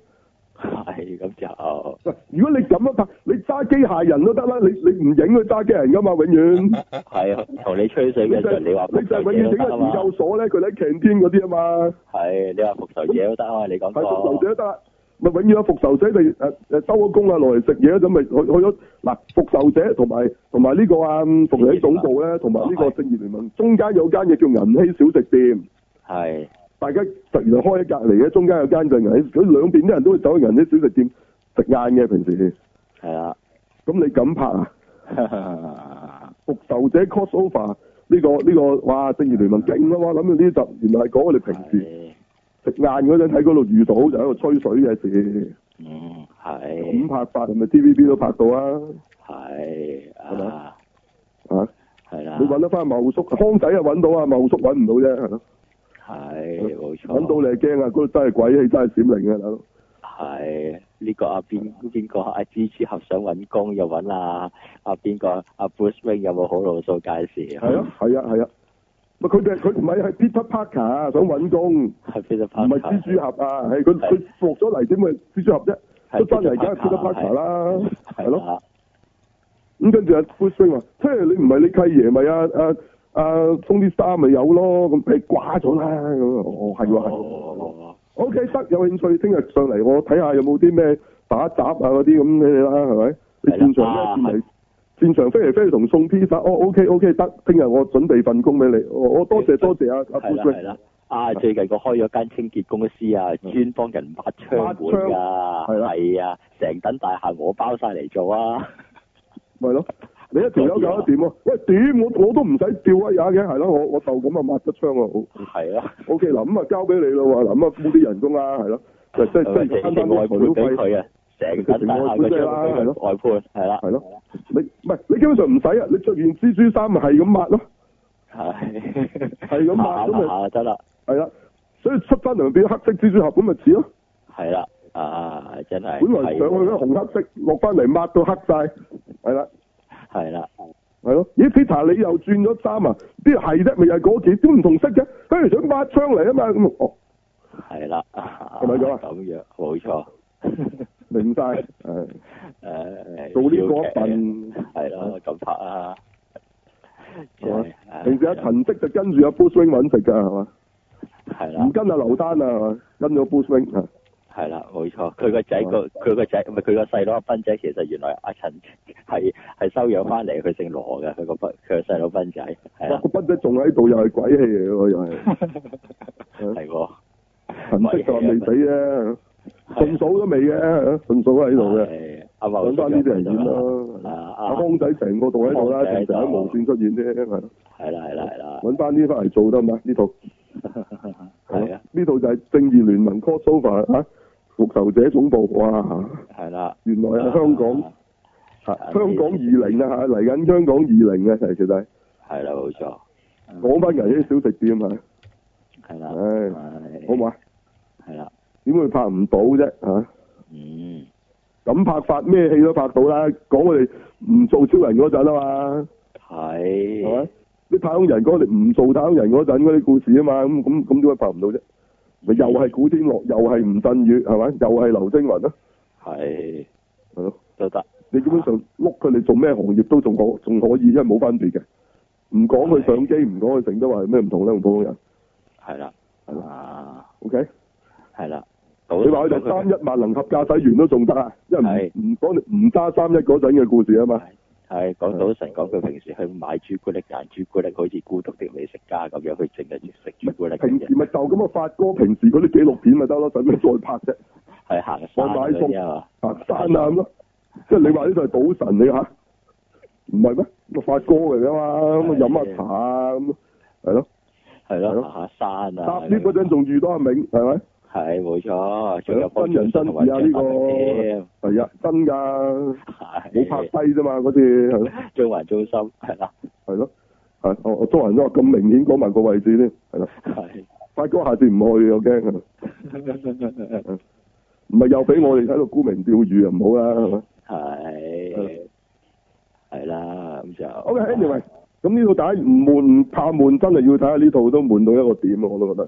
係咁就
喂，如果你咁樣拍，你揸機械人都得啦，你你唔影佢揸機械人噶嘛，永 遠。
係啊同你吹水
你
嘅時
就
候，你話
你
復
就
仇
係永
者
遠整
都
個
得啊
研
嘛
究，所咧，佢哋喺 canteen 嗰啲啊嘛，
係你話復仇者都得啊嘛，你講
係復仇
過
者都得啦。咪永遠有復仇者你誒誒收咗工啊，落嚟食嘢咁咪去去咗嗱復仇者同埋同埋呢個啊復仇者總部咧，同埋呢個正義聯盟中間有間嘢叫銀禧小食店，
係
大家突然就開喺隔離嘅，中間有間就銀禧，佢兩邊啲人都會走去銀禧小食店食晏嘅平時。
係啦，
咁你敢拍啊？復仇者 crossover 呢、個呢、個哇正義聯盟勁啊嘛！諗住呢集原來係講我哋平時
係
食晏嗰陣喺嗰度遇到就喺度吹水嘅事，
嗯
咁
係
拍法係咪 TVB 都拍到啊？
係
咪
啊
啊！
係啦
你，揾得翻茂叔，康仔啊揾到啊，茂叔揾唔到啫，係咯，
係冇錯，
揾到你係驚啊！嗰度真係鬼氣，真係閃靈啊，大佬！
係呢個阿邊邊個阿蜘蛛俠想揾工又揾啊阿邊個阿 Bruce Wayne 有冇好路數介紹？
係啊，係啊，係啊！咪佢哋佢唔係係 Peter Parker 啊，想揾工，唔
係 Peter
係
Parker，
蜘蛛俠啊，係佢
係
佢落咗嚟點會蜘蛛俠啫？
係
都翻嚟梗係
Peter
Peter
Parker，
Parker 啦，係
係
咯。
啦，
咁跟住阿 Bruce Wayne 話：，即係你唔係你契爺咪啊啊啊 Tony Star 咪有咯，咁你掛咗啦咁啊！哦，係喎係。
哦
O K 得，有興趣聽日上嚟我睇下有冇啲咩打雜啊嗰啲咁你哋啦，係咪？你
係啦
現場咧
啊
轉嚟，現場飛嚟飛去同送披薩。哦，O K O K 得，聽日我準備份工俾你。我我多謝多謝啊阿
係
Bruce
啦
Wayne
係。啦。啊！最近我開咗間清潔公司啊，專幫人抹窗門㗎，
係啦
係啊，成等大廈我包晒嚟做啊，
咪咯，你一條友搞得掂喎。喂，點我我都唔使吊威亞嘅，係咯，我我就咁啊抹咗窗啊，好。
係啊，
O K，嗱咁啊交俾你啦喎，嗱咁啊付啲人工啦，係咯，就即係
係咪
即係
先
簡
你
單
外
啲材
判
料
俾
費，
佢啊，成等大廈嘅窗門俾佢外判，係啦，
係咯，你唔係你基本上唔使啊，你着完蜘蛛衫咪係咁抹咯，
係
係咁抹咁
下
咪
下就得啦，
係啦，所以出翻嚟咪變咗黑色蜘蛛俠咁咪似咯，
係啦，啊真係，
本來上去咧紅黑色，落翻嚟抹到黑晒，係啦。
係啦，
係咯，咦，Peter 你又轉咗衫啊？啲係啫，咪又係嗰件，都唔同色嘅。佢想抹窗嚟啊嘛，咁哦，
係啦，
係
係
咪咁啊
咁樣冇錯，
明晒，誒，
誒
做呢個一
份
份啊
係咯，咁拍啊，真
係
係啊
嘛，平時阿
係啦
陳積就跟住阿 Bruce Wayne 揾食㗎，係嘛？
係啦
唔。跟阿劉丹啊，係嘛跟咗 Bruce Wayne 啊，
係啦，冇錯。佢個仔個佢個仔唔係佢個細佬阿斌仔，其實原來阿陳 係係收養翻嚟，佢姓羅嘅。佢個斌佢個細佬斌仔
哇
係啦，
個斌仔仲喺度，又係鬼氣嚟喎，又係
係喎。
陳積就話未死啫，順嫂都未嘅，順嫂喺
喺
度嘅，
嘅，阿茂
揾翻呢啲人演
啊
啦。阿
啊，
康仔成個仲喺度啦，
康仔
成日
喺度
喺無線出現啫，係咯
係啦係啦係啦，
揾翻呢翻嚟做得唔得？呢套係
係
咯
啊
呢套就係正義聯盟 crossover 嚇，復仇者總部哇！
係啦，
原來係香港
啊
嚇香港二零啊嚇，嚟緊香港二零嘅啊其實就係
係啦冇錯，
講翻人啲小食店啊，
係啦，
唉好
係
唔好啊？
係啦，
點會拍唔到啫嚇？
嗯
咁拍法咩戲都拍到啦，講我哋唔做超人嗰陣啊嘛，係咪
係，？
啲太空人講我哋唔做太空人嗰陣嗰啲故事啊嘛，咁咁咁點解拍唔到啫？咪又係古天樂，又係吳鎮宇，係咪？又係劉青雲啦，啊
係
係咯。
都得
你基本上碌佢哋做咩行業都仲可仲可以，因為冇分別嘅。唔講佢相機，唔講佢成都話有咩唔同啦，同普通人。
係啦，啊
OK，
係啦，
你話佢哋三一萬能合駕駛員都仲得啊，因為
係
唔唔講你唔揸三一嗰陣嘅故事啊嘛。
係講到神講佢平時去買朱古力、揀朱古力，好似孤獨的美食家咁樣，佢淨係食朱古力嘅
平時
啫，
咪就咁啊，發哥平時嗰啲紀錄片咪得咯，使咩再拍啫？
係行山
我買
嗰啲啊嘛，
白山啊咁咯，即係你話呢度係賭神你嚇，唔係咩？咪發哥嚟噶嘛，咁啊飲下茶啊咁，係咯。
係
係
咯，
咯
行下山啊，
搭 lift 嗰陣仲遇到阿銘，係咪？
係冇錯，仲有
係咯真人真
幫
事啊呢
張
個
文
係啊，真㗎，
添，
冇拍低啫嘛，嗰次係咯。
拍中環中心係啦，
係咯，係我我中環都話咁明顯講埋個位置添，係啦，
係
發哥下次唔去，我驚，啊唔係又俾我哋喺度沽名釣譽啊，唔好啦，係咪
係係啦，咁就
？OK，anyway，咁呢套大家唔悶唔怕悶，真係要睇下呢套都悶到一個點啊，我都覺得。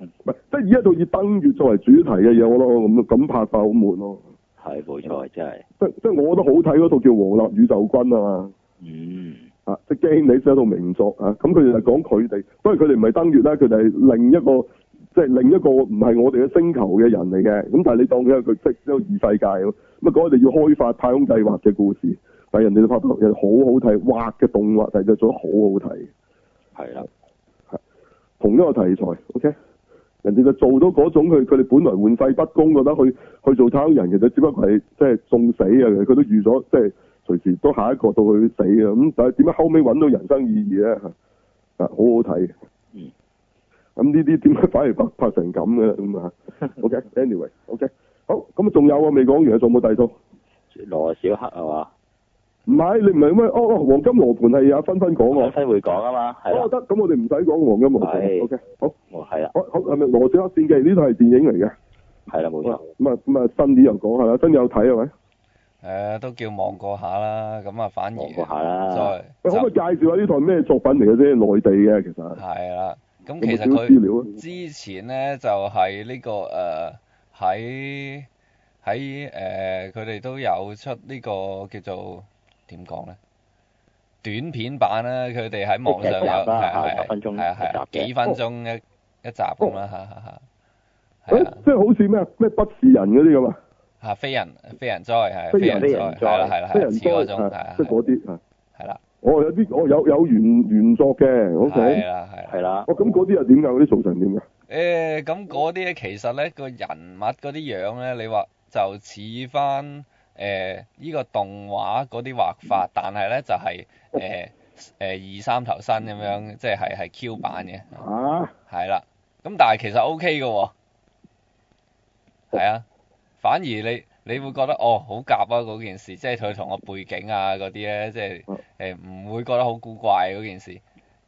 唔係，即係以一套以登月作為主題嘅嘢，我咯咁咁拍法好悶咯。
係冇錯，真係，
即即係我覺得好睇嗰套叫《黃立宇宙軍》啊嘛，
嗯
啊，即係驚你寫一套名作啊。咁佢哋就講佢哋，當然佢哋唔係登月啦，佢哋係另一個即係另一個唔係我哋嘅星球嘅人嚟嘅，咁但係你當佢係佢即係一個異世界咁，咁啊嗰日哋要開發太空計劃嘅故事，但係人哋就拍得人哋好好睇，畫嘅動畫但係就做得好好睇，
係啦，
同一個題材，OK，人哋就做到嗰種佢佢哋本來玩世不恭，覺得去去做太空人其實只不過係即係送死啊，佢都預咗即係隨時都下一個到佢死啊，咁但係點解後尾揾到人生意義咧？啊，好好睇。
嗯。
咁呢啲點解反而拍拍成咁嘅咁啊？OK，anyway，OK，、好，咁啊仲有啊，未講完啊，仲有冇第二套？
羅小黑係嘛？
唔係你唔係咩？哦哦，黃金羅盤係阿芬芬講
我
喎。
分會講啊嘛，係
哦
啦，
得，咁我哋唔使講黃金羅盤。
係
OK，好，
我係啦，
哦好好係咪羅小黑戰記呢套係電影嚟嘅？
係啦，冇
咁啊
錯，
咁啊，新啲又講下啦，新有睇係咪？
誒都叫望過下啦，咁啊反而
望過下啦，
喂，
再
可唔可以
就
介紹下呢台咩作品嚟嘅啫？內地嘅其實
係啦。咁
有冇
其
少
實
少
佢
資料啊？
之前咧就係、呢、個誒喺喺誒佢哋都有出呢個叫做點講咧短片版啦，佢哋喺網上有
一集啦
係
嚇
係
十分鐘
係啊
一集
係啊
嘅哦
幾分鐘一一集咁啦嚇嚇嚇，
誒
係啊，
即係好似咩咩不是人嗰啲咁啊，
嚇飛人飛人災係
飛
飛
人
人
災
災係啦係啦
即係
係啦
人
似嗰
災
種係
啊
啊
即係嗰啲啊。
係啦
我有啲我有有原原作嘅，OK。
係啊啦係啦。
係啦，
哦，咁嗰啲又點㗎？嗰啲做成點㗎？
誒咁嗰啲咧，其實咧個人物嗰啲樣咧，你話就似翻誒依個動畫嗰啲畫法，但係咧就係誒誒二三頭身咁樣，即係係係 Q 版嘅，
啊，
係啦。咁但係其實 O K 嘅喎，係啊。反而你你會覺得哦好夾啊嗰件事，即係佢同個背景啊嗰啲咧，即係誒唔會覺得好古怪嗰件事。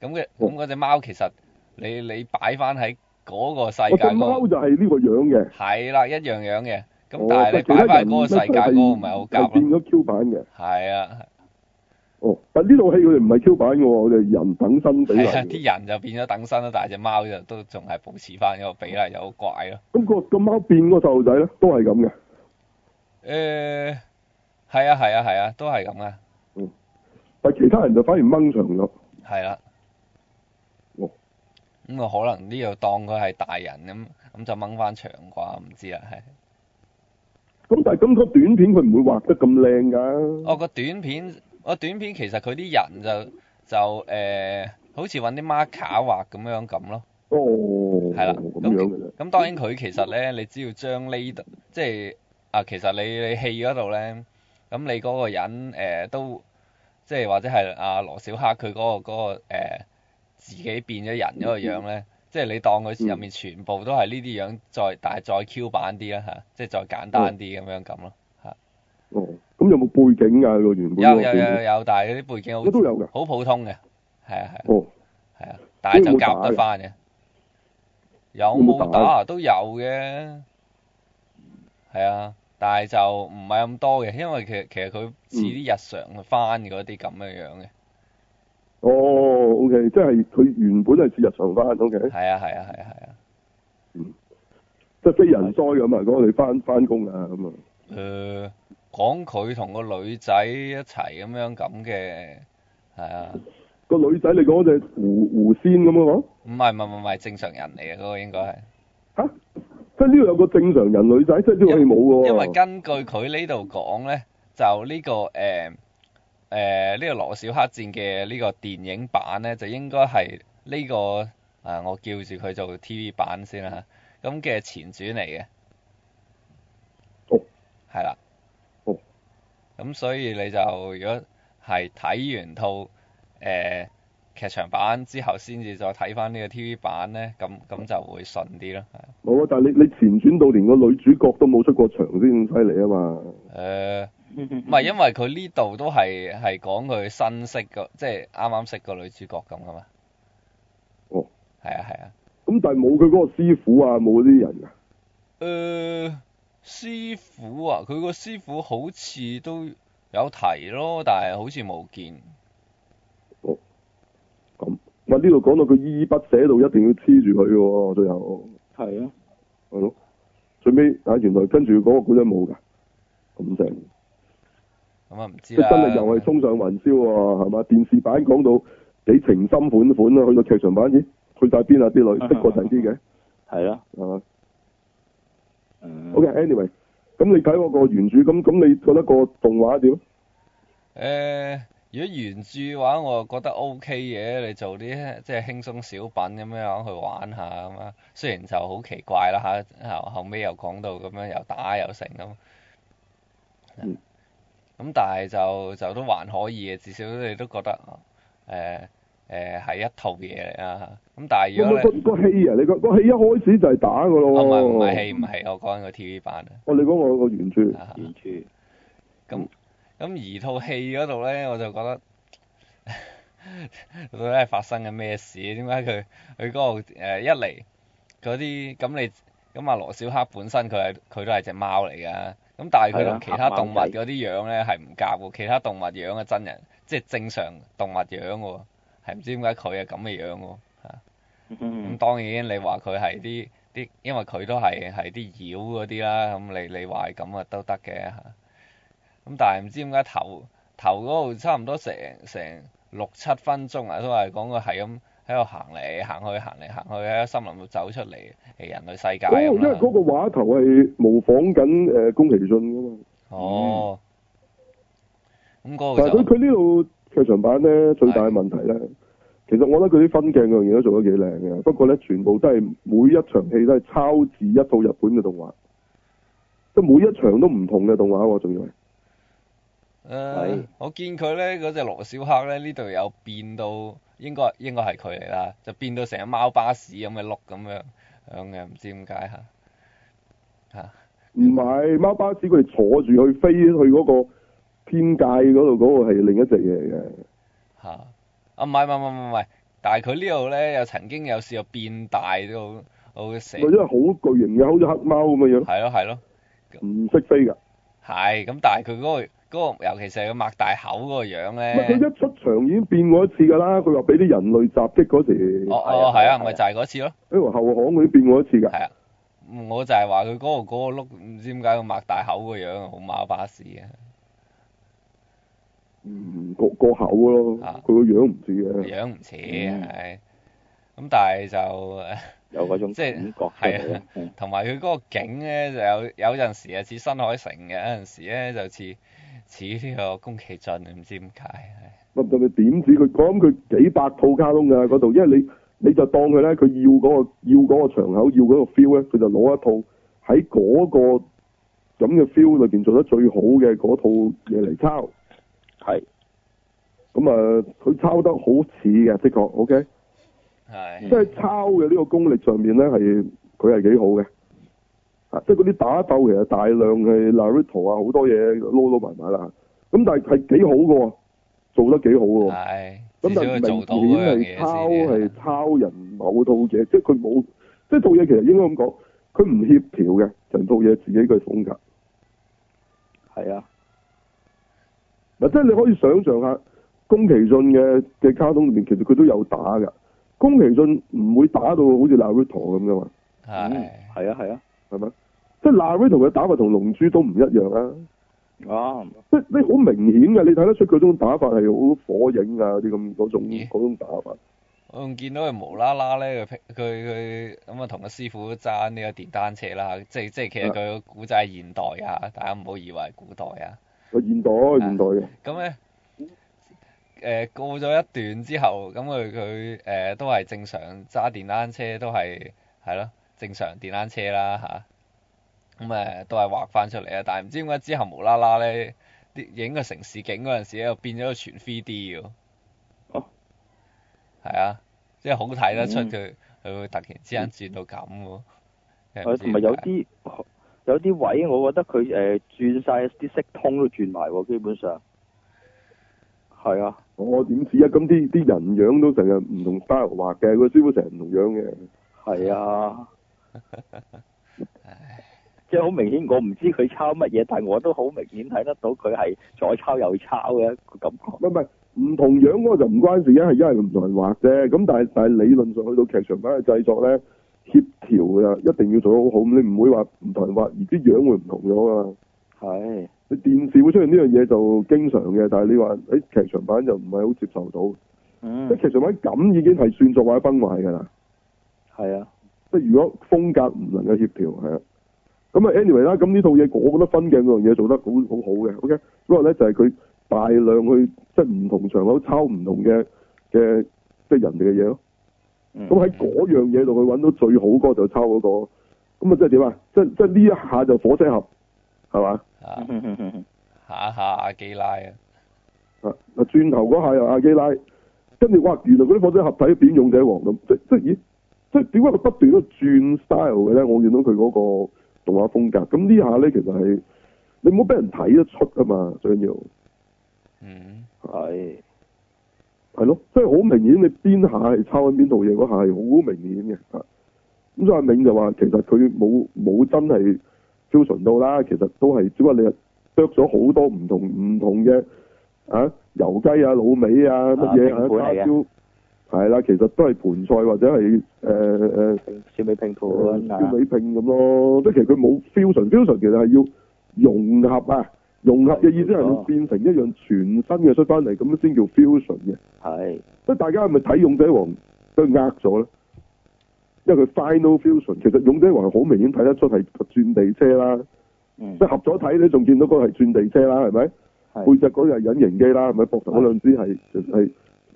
咁嘅咁嗰只貓其實你你擺翻喺嗰個世
我
界
只
嗰、個
哦貓就係呢個樣嘅。
係啦，一樣樣嘅。咁
哦
但係
即係
你
其他
擺翻
人
喺嗰個世界嗰個唔係好
係
夾
變
咯。
咗 Q 版嘅。
係啊，
哦，但呢套戲佢哋唔係 Q 版嘅喎，我哋人等身比例
係啊，
嘅。
啲人就變咗等身啦，但係只貓就都仲係保持翻嗰個比例，就好怪咯。
咁個個貓變嗰個細路仔咧，都係咁嘅。
誒、呃係啊，係啊，係啊，都係咁嘅。
但其他人就反而掹長咗。
係啦。
哦
咁我可能呢度當佢係大人咁，咁就掹翻長啩，唔知啦，啊係。
咁但係咁個短片佢唔會畫得咁靚㗎。
哦，個短片，個短片其實佢啲人就就誒、好似揾啲 marker 畫咁樣咁咯。
哦，
係啦，
咁
咁
樣嘅啫。
咁當然佢其實咧，你只要將呢度即係啊，其實你你戲嗰度咧，咁你嗰個人誒、呃都即係或者係阿羅小黑佢嗰、個嗰、個、呃、自己變咗人嗰個樣咧，即係你當佢入面全部都係呢啲樣，再但係再 Q 版啲啦嚇，即係再簡單啲咁樣咁咯。
哦，咁有冇背景㗎？個原本
有
嗰個
有
背景
有有，但係嗰啲背景
我都
好
有㗎。
好普通嘅，係啊係啊
哦，
係啊，但係就夾得翻嘅。有冇打啊？都有嘅，係啊，但係就唔係咁多嘅，因為其實其實佢似啲日常翻嗰啲咁嘅樣嘅，
哦，OK，即係佢原本係似日常翻，OK，
係啊係啊係啊係啊，
即係非人災咁啊，講我哋翻翻工啊咁啊。
誒講佢同個女仔一齊咁樣咁嘅，係啊，
個女仔你講只狐狐仙咁啊樣講
唔係唔係唔係正常人嚟嘅嗰個應該係，
吓？即係呢度有個正常人女仔，即係呢套戲冇嘅喎。
因為根據佢呢度講咧，就呢個誒誒呢個羅小黑戰嘅呢個電影版咧，就應該係呢個啊，我叫住佢做 TV 版先啦嚇，咁嘅前傳嚟嘅。
哦。
係啦。
哦。
咁所以你就如果係睇完套誒、呃、劇場版之後，先至再睇翻呢個 TV 版咧，咁咁就會順啲咯。係
冇啊，但係你你前傳到連個女主角都冇出過場先咁犀利啊嘛。
誒、唔呃係，因為佢呢度都係係講佢新識個，即係啱啱識個女主角咁噶嘛。
哦。
係啊，係啊。
咁但係冇佢嗰個師傅啊，冇呢啲人啊。
誒、呃師傅啊，佢個師傅好似都有提咯，但係好似冇見。
咪呢度講到佢依依不捨到一定要黐住佢嘅喎，最後
係啊，
係咯。最尾啊，原來跟住嗰個古仔冇㗎，咁正。
咁啊，唔
即
知
係
啦。
真係又係衝上雲霄喎，係嘛？電視版啊 講到幾情深款款啦，去到劇場版咦，去晒邊啊啲女，的確係啲嘅。
係咯，
係嘛
嗯
？OK，anyway，咁你睇我個原著，咁咁你覺得個動畫點？
誒、呃如果原著嘅話，我覺得 O K 嘅，你做啲即係輕鬆小品咁樣去玩下咁啊。雖然就好奇怪啦嚇，後後尾又講到咁樣又打又成咁。
嗯
咁但係就就都還可以嘅，至少你都覺得哦誒誒係一套嘢嚟啊。咁但係如果
個
你
個個戲啊，你個個戲一開始就係打噶咯
哦
喎。
唔係唔係戲唔係，我講緊個 T V 版
哦，你講我個原著，
啊。
原著
咁而套戲嗰度咧，我就覺得 到底係發生緊咩事？點解佢佢嗰度誒一嚟嗰啲咁你咁啊羅小黑本身佢係佢都係只貓嚟㗎，咁但係佢
係啊
同其他動物
黑貓
嗰
仔
啲樣咧係唔夾喎，其他動物樣嘅真人即係正常動物樣喎，係唔知點解佢係咁嘅樣喎。咁
嗯
當然你話佢係啲啲，因為佢都係係啲妖嗰啲啦，咁你你話係咁啊都得嘅嚇。咁但係唔知點解頭頭嗰度差唔多成成六七分鐘啊，都係講佢係咁喺度行嚟行去行嚟行去喺森林度走出嚟，誒人類世界
哦，因
咁啊
為
啦。
嗰個畫頭係模仿緊誒宮崎駿噶嘛。
哦。咁嗰
但係佢
度就
佢呢度劇場版咧最大嘅問題咧，其實我覺得佢啲分鏡嗰樣嘢都做得幾靚嘅，不過咧全部都係每一場戲都係抄自一套日本嘅動畫，即係每一場都唔同嘅動畫喎，仲要係
誒，呃我見佢咧嗰只羅小黑咧呢度有變到，應該應該係佢嚟啦，就變到成隻貓巴士咁嘅碌咁樣樣嘅，唔知點解嚇。
唔係貓巴士佢哋坐住去飛去嗰個天界嗰度嗰個係另一隻嘢嚟嘅。
嚇！啊，唔係唔係唔係唔係，但係佢呢度咧又曾經有試過變大到到成，
因為好巨型嘅，好似黑貓咁嘅樣，
係咯係咯，
唔識飛㗎。
係咁，但係佢嗰個嗰個，尤其是係佢擘大口嗰個樣
唔係佢
咧，
一出場已經變過一次㗎啦，佢話俾啲人類襲擊嗰時，
哦
係啊
哦係
係啊
啊，咪就係嗰次咯，
因為後巷佢都變過一次㗎。
係啊，我就係話佢嗰個嗰個碌唔知點解佢擘大口個樣好馬巴士嘅，
嗯，個個口咯，
啊
佢個樣唔似
個
嘅。
樣唔似
嗯
係，咁但係就。
有嗰種
即係
感覺出
係
嚟
啊
啊嗯
同埋佢嗰個景咧，就有有陣時啊似新海誠嘅，有陣時咧就似似呢個宮崎駿，唔知點解。係
唔唔唔，點止佢講佢幾百套卡通㗎嗰度，因為你你就當佢咧，佢要嗰、個要嗰個場口，要嗰個 feel 咧，佢就攞一套喺嗰、個咁嘅 feel 裏邊做得最好嘅嗰套嘢嚟抄。
係
咁啊，佢抄得好似嘅，的確，OK，即
係
係抄嘅呢個功力上面咧，係佢係幾好嘅，啊，即係嗰啲打鬥其實大量係 Naruto 啊，好多嘢撈到埋埋啦，咁但係係幾好嘅喎，做得幾好嘅喎，
係，
咁
啊至少
但係
佢做到
明
嗰樣
顯係抄
嘢
係
先。啊
抄人某套嘢，即係佢冇，即係套嘢其實應該咁講，佢唔協調嘅，成套嘢自己嘅風格。
係啊，
嗱，即係你可以想象下，宮崎駿嘅嘅卡通裏面，其實佢都有打㗎。宮崎駿唔會打到好似 Naruto 咁噶嘛，
嗯
係
係啊係啊，
係咪？即係 Naruto 嘅打法同龍珠都唔一樣啊！
啱
即係你好明顯嘅，你睇得出佢嗰種打法係好火影啊啲咁嗰種
咦
嗰種打法。
我仲見到佢無啦啦咧，佢佢佢咁啊，同個師傅爭呢個電單車啦，即係即係其實佢個古仔係現代啊，大家唔好以為係古代啊。
個現代現代嘅，
咁咧，誒、過咗一段之後，咁佢佢誒都係正常揸電單車，都係係咯，正常電單車啦吓，咁、誒都係畫翻出嚟啊！但係唔知點解之後無啦啦咧，啲影個城市景嗰陣時咧，又變咗全 3D 喎。
哦。
係啊，即係好睇得出
嗯嗯
佢佢會突然之間轉到咁喎。真係唔
係哦
知
同埋有
點解
啲有啲位，我覺得佢誒、呃、轉晒啲色通都轉埋喎，基本上係啊，
我點知啊？咁啲啲人樣都成日唔同 style 畫嘅，個師傅成日唔同樣嘅。
係啊，即係好明顯，我唔知佢抄乜嘢，但係我都好明顯睇得到佢係左抄右抄嘅個感覺。
唔係唔係唔同樣嗰個就唔關事嘅，係因為唔同人畫啫。咁但係但係理論上去到劇場版嘅製作咧，協調啊一定要做得好好，咁你唔會話唔同人畫，而啲樣會唔同咗啊嘛。
係
你電視會出現呢樣嘢就經常嘅，但係你話喺劇場版就唔係好接受到。
嗯
即係劇場版咁已經係算作畫崩壞㗎啦。
係啊，
即係如果風格唔能夠協調，係啊。咁啊，anyway 啦，咁呢套嘢我覺得分鏡嗰樣嘢做得好好好嘅，OK。不過咧就係佢大量去即係唔同場口抄唔同嘅嘅即係人哋嘅嘢咯。
嗯
咁喺嗰樣嘢度去揾到最好嗰個就抄嗰、個，咁啊即係點啊？即即係呢一下就火車盒係嘛？
啊下下阿基拉啊，
啊啊轉頭嗰下又阿基拉，跟住哇原來嗰啲火車盒睇變勇者王咁，即即咦即點解佢不斷都轉 style 嘅咧？我見到佢嗰個動畫風格，咁呢下咧其實係你唔好俾人睇得出啊嘛，最緊要。
嗯，
係
係咯，即係好明顯，你邊下係抄緊邊套嘢嗰下係好明顯嘅。啊咁所以阿銘就話，其實佢冇冇真係 fusion 到啦，其實都係只不過你係剁咗好多唔同唔同嘅啊油雞啊、滷味啊、乜嘢
啊拼盤嚟
啊、
嘅
叉燒，係啦，其實都係盤菜或者係誒誒
小美拼盤啊
燒，味拼咁咯。即係其實佢冇 fusion，fusion 其實係要融合啊，融合嘅意思係
冇
你
錯
變成一樣全新嘅出翻嚟，咁先叫 fusion 嘅。
係
即係大家係咪睇《勇者王》都呃咗咧？因為佢 Final Fusion 其實《勇者王》好明顯睇得出係轉地車啦，
嗯
即係合咗睇你仲見到嗰個係轉地車啦，係咪？背
係
脊嗰個係隱形機啦，係咪？膊頭嗰兩支係係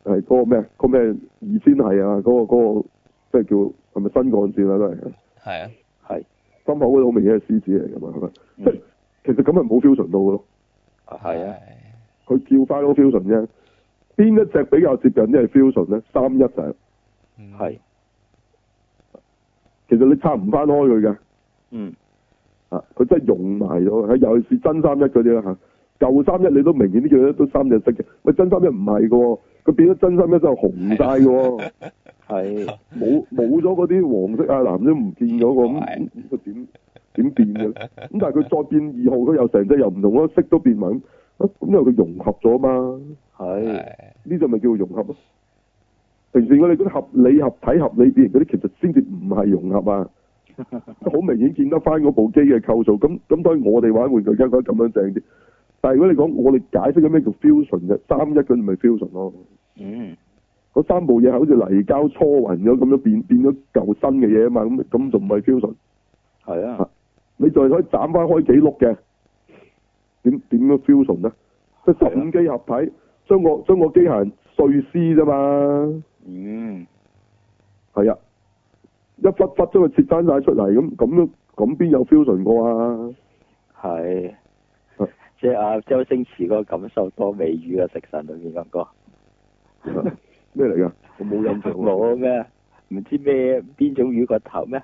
係嗰個咩？嗰個咩二千係啊？嗰、個嗰、個即係叫係咪新幹線啊？都係
係啊，
係
心口嗰度好明顯係獅子嚟㗎嘛，係咪？
嗯
即係其實咁係冇 fusion 到嘅咯，
係啊，
佢叫 Final Fusion 啫。邊一隻比較接近啲係 fusion 咧？三一就係、
嗯，
係啊
其實你拆唔翻開佢嘅。
嗯
啊，佢真係用埋咗嘅，尤其是真三一嗰啲啦嚇，舊三一你都明顯啲叫得都三隻色嘅，喂真三一唔係嘅喎，佢變咗真三一之後紅晒嘅喎，
係
冇冇咗嗰啲黃色啊藍色唔見咗喎，咁
係
咁咁點點變嘅咧？咁但係佢再變二號，佢又成隻又唔同咯，色都變埋咁，啊咁因為佢融合咗嘛，
係
係
呢隻咪叫融合咯。平時我哋嗰啲合理合體合理變形嗰啲，其實先至唔係融合啊。好明顯見得翻嗰部機嘅構造。咁咁當然我哋玩玩具梗覺得咁樣正啲。但係如果你講我哋解釋緊咩叫 fusion 啫，三一嗰陣咪 fusion 咯。
嗯
嗰三部嘢係好似泥膠搓勻咗咁樣變變咗舊新嘅嘢啊嘛，咁咁仲唔係 fusion？
係啊
你就係可以斬翻開幾碌嘅，點點樣 fusion 咧？即係十五機合體，將個將個機械人碎屍啫嘛。
嗯
係啊，一忽忽將佢切翻晒出嚟，咁咁樣咁邊有 fusion 過啊？
係
係。
即係阿周星馳嗰個感受多美語啊！食神裏面嗰個
咩嚟噶？我冇印象喎。
冇咩唔知咩邊種魚個頭咩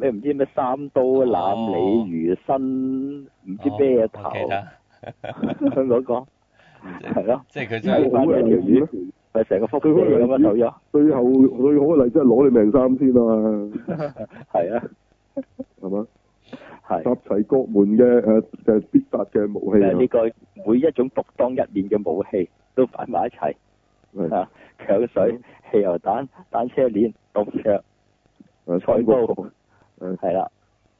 咩唔知咩三刀攬鯉魚身唔知咩嘢頭
哦我記得，
香港講係咯，
即係佢
呢
將
個好嘅例子咧，
咪成個腹肌咁樣走咗，
最後最好嘅例子係攞你命三先啊嘛，
係啊
係嘛？
係。
集齊各門嘅誒誒必達嘅武器
誒
啊，
呢個每一種獨當一面嘅武器都擺埋一齊，
係
啊，強水、汽油彈、單車鏈、毒藥、
誒啊
菜
三
刀
個，誒
係啦，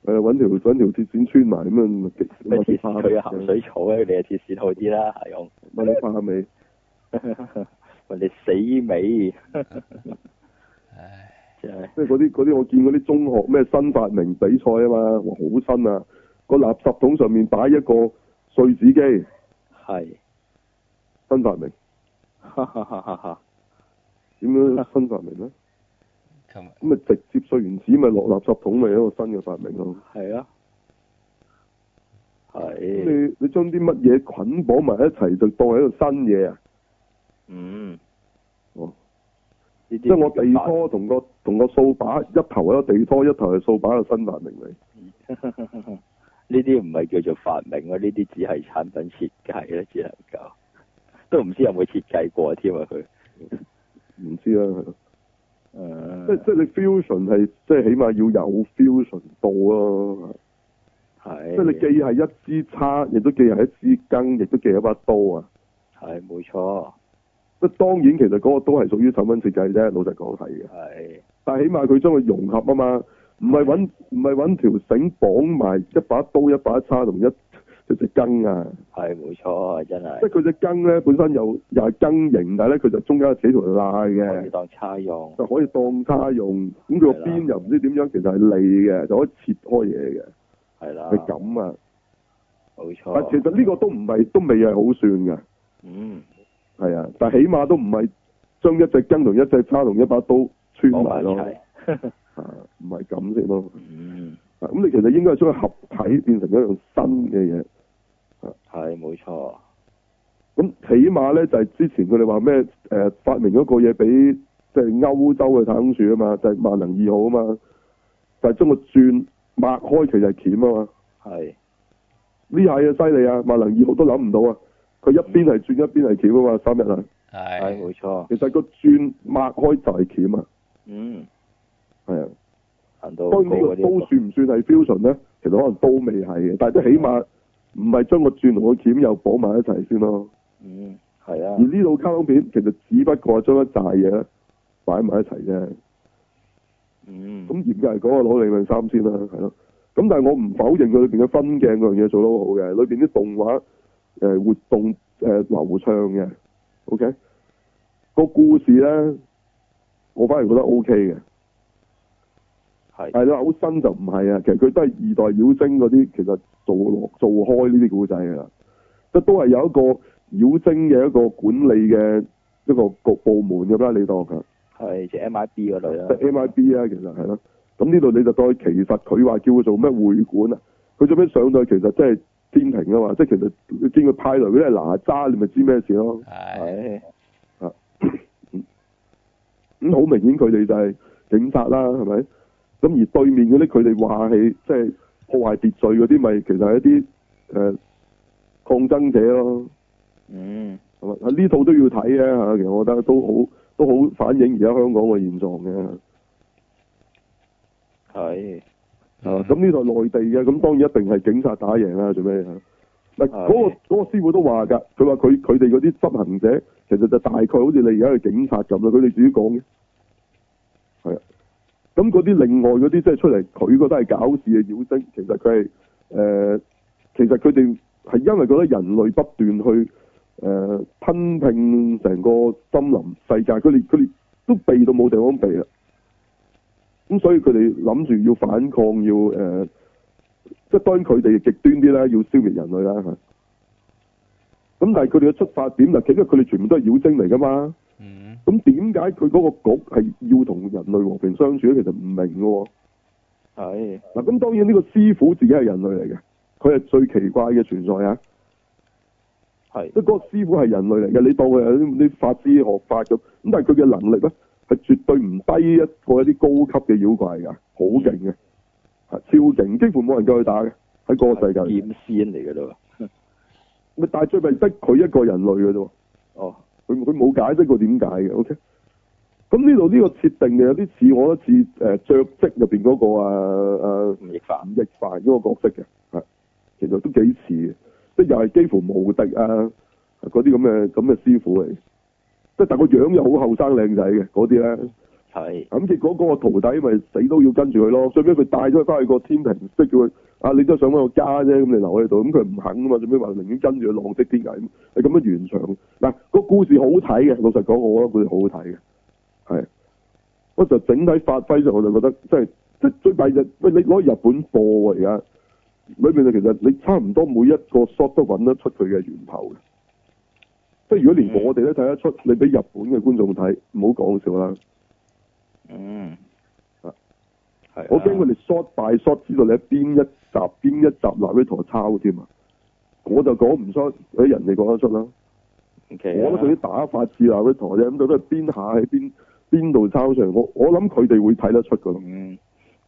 誒揾條揾條鐵線穿埋咁樣，極咁
咩
啊
鐵
幾
線佢有
怕
鹹水草咧，你嘅鐵線好啲啦，阿勇，
乜你怕未？
喂你死尾，
唉，
真係
即係嗰啲嗰啲我見嗰啲中學咩新發明比賽啊嘛，哇好新啊！個垃圾桶上面擺一個碎紙機，
係，
新發明
哈哈哈哈哈，
點樣新發明咧？
咁咪
咁咪直接碎完紙咪落垃圾桶，咪一個新嘅發明咯。
係啊，
咁
係，
你你將啲乜嘢捆綁埋一齊，就當係一個新嘢啊！
嗯，
哦，
呢啲
即係我地拖同個同個掃把一頭係一個地拖，一頭係掃把嘅新發明嚟。
呢啲唔係叫做發明啊，呢啲只係產品設計啦，只能夠都唔知有冇設計過添啊佢。
唔知啦，係咯即
誒
係即係你 fusion 係即係起碼要有 fusion 到咯，
係嗯
即係你既係一支叉，亦都既係一支羹，亦都既係一把刀啊！
係冇錯，
即係當然其實嗰個都係屬於手工設計啫，老實講係嘅。
係
但係起碼佢將佢融合啊嘛，唔係揾唔係揾條繩綁埋一把刀、一把叉同一佢只羹啊，
係冇錯，真
即係
係
佢只羹咧本身又又係羹形，但係咧佢就中間有幾條罅
可以
嘅，
當叉用，
就可以當叉用。咁佢個
係啦
邊又唔知點樣，其實係利嘅，就可以切開嘢嘅，
係啦，
係咁啊。
冇
但其實
錯。
呢個都唔係都未係好算㗎，
嗯，
係啊，但係起碼都唔係將一隻羹同一隻叉同一把刀穿
講埋
埋
一
咯，
齊。
啊唔係咁先咯。
嗯，
啊咁你其實應該係將佢合體變成一樣新嘅嘢。
係冇錯。
咁起碼咧就係、之前佢哋話咩誒發明嗰個嘢俾即係歐洲嘅太空署啊嘛，就係、萬能二號啊嘛，就係將個轉擘開其實係鉗啊嘛，
係
呢下嘢犀利啊！萬能二號都諗唔到啊！佢一邊係轉一邊係鉗啊嘛，三日啊，
係
係
冇錯。
其實個轉擘開就係鉗啊，
嗯，
係啊。
行到高
當然呢個
嗰
都
啲。
算唔算係 fusion 咧？其實可能都未係嘅，但係都起碼唔係將個轉同個鉗又綁埋一齊先咯。
嗯，係啊
而。呢套卡通片其實只不過係將一紮嘢咧擺埋一齊啫。
嗯，
咁嚴格嚟講，我攞你命三先啦，係咯。咁但係我唔否認佢裏邊嘅分鏡嗰樣嘢做得好好嘅，裏邊啲動畫誒、呃活動誒、呃流暢嘅，OK。個故事咧，我反而覺得 OK 嘅，
係
但係你話好新就唔係啊。其實佢都係二代妖精嗰啲，其實做落做開呢啲古仔㗎啦，即係都係有一個妖精嘅一個管理嘅一個局部門咁啦，你當佢。
係即 MIB 嗰類
即係
啦。
MIB 啊，其實係咯。咁呢度你就當其實佢話叫佢做咩會館啊，佢做咩上到去其實即係天庭啊嘛，即係其實你見佢派來嗰啲係哪吒，你咪知咩事咯。
係
係
咁好明顯佢哋就係警察啦，係咪？咁而對面嗰啲佢哋話係即係破壞秩序嗰啲，咪其實係一啲誒、呃抗爭者咯。
嗯，
係嘛？啊呢套都要睇嘅嚇，其實我覺得都好都好反映而家香港嘅現狀嘅。
係
啊，咁呢度係內地嘅，咁當然一定係警察打贏啦，做咩啊？嗱，嗰
係
個嗰個師傅都話㗎，佢話佢佢哋嗰啲執行者其實就大概好似你而家嘅警察咁啦，佢哋自己講嘅，係啊。咁嗰啲另外嗰啲即係出嚟，佢覺得係搞事嘅妖精，其實佢係誒，其實佢哋係因為覺得人類不斷去誒、呃吞併成個森林世界，佢哋佢哋都避到冇地方避啊啦。咁所以佢哋諗住要反抗，要誒、呃即係當然佢哋極端啲啦，要消滅人類啦嚇。咁但係佢哋嘅出發點就其實佢哋全部都係妖精嚟噶嘛。
嗯
咁點解佢嗰個局係要同人類和平相處咧？其實唔明嘅喎。
係
嗱，咁當然呢個師傅自己係人類嚟嘅，佢係最奇怪嘅存在啊！
係
即係嗰個師傅係人類嚟嘅，你當佢係啲啲法師學法咁，咁但係佢嘅能力咧係絕對唔低一個一啲高級嘅妖怪㗎，好勁嘅，係超勁，幾乎冇人夠佢打嘅喺嗰個世界
劍
裏。
仙嚟嘅啫喎。
咪但係最弊得佢一個人類嘅啫喎，
哦，
佢佢冇解釋過點解嘅，OK。咁呢度呢個設定嘅有啲似我覺得似誒爵跡入邊嗰個啊啊
吳亦凡
吳亦凡嗰個角色嘅，係其實都幾似嘅，即係又係幾乎無敵啊嗰啲咁嘅咁嘅師傅嚟，即係但個樣又好後生靚仔嘅嗰啲咧，
係
咁結果嗰個徒弟咪死都要跟住佢咯，最尾佢帶咗佢翻去個天庭，即係叫佢啊你都係想揾個家啫，咁你留喺度，咁佢唔肯啊嘛，最尾話寧願跟住佢浪跡天涯咁，係咁樣完場。嗱、個故事好睇嘅，老實講，我覺得故事好好睇嘅，係，我就整體發揮上我就覺得即係即係最弊就喂你攞日本播喎而家，裏面就其實你差唔多每一個 shot 都揾得出佢嘅源頭嘅，即係如果連我哋都睇得出，你俾日本嘅觀眾睇，唔好講笑啦。
嗯
啊
係啊。
我驚佢哋 shot by shot 知道你喺邊一集邊一集 narrator 抄添啊！我就講唔出，誒人哋講得出啦。
哋
我覺得佢啲打法似 narrator 啫，咁到底係邊下喺邊邊度抄上？我我諗佢哋會睇得出噶咯。
嗯，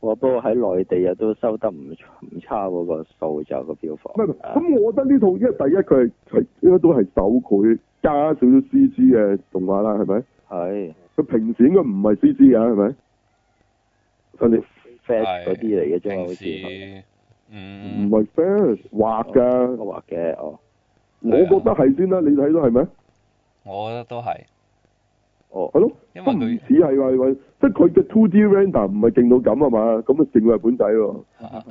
我不過喺內地啊都收得唔錯唔差嗰個數就個票房。
唔係
啊
咁，我覺得呢套因為第一佢係係應該都係手繪加少少 CG 嘅動畫啦，係咪？
係
佢平時應該唔係 CG 㗎，係咪？但係
fat 嗰啲嚟嘅啫嘛，好
平
似係
時
唔
嗯
係 fair 畫㗎，
我畫嘅哦，
我覺得係先啦，你睇到係咪？
我覺得都係
哦
係咯，
因為
都
佢
唔似係話話，即係佢嘅 two D render 唔係勁到咁啊嘛，咁啊勁過日本仔喎。
啊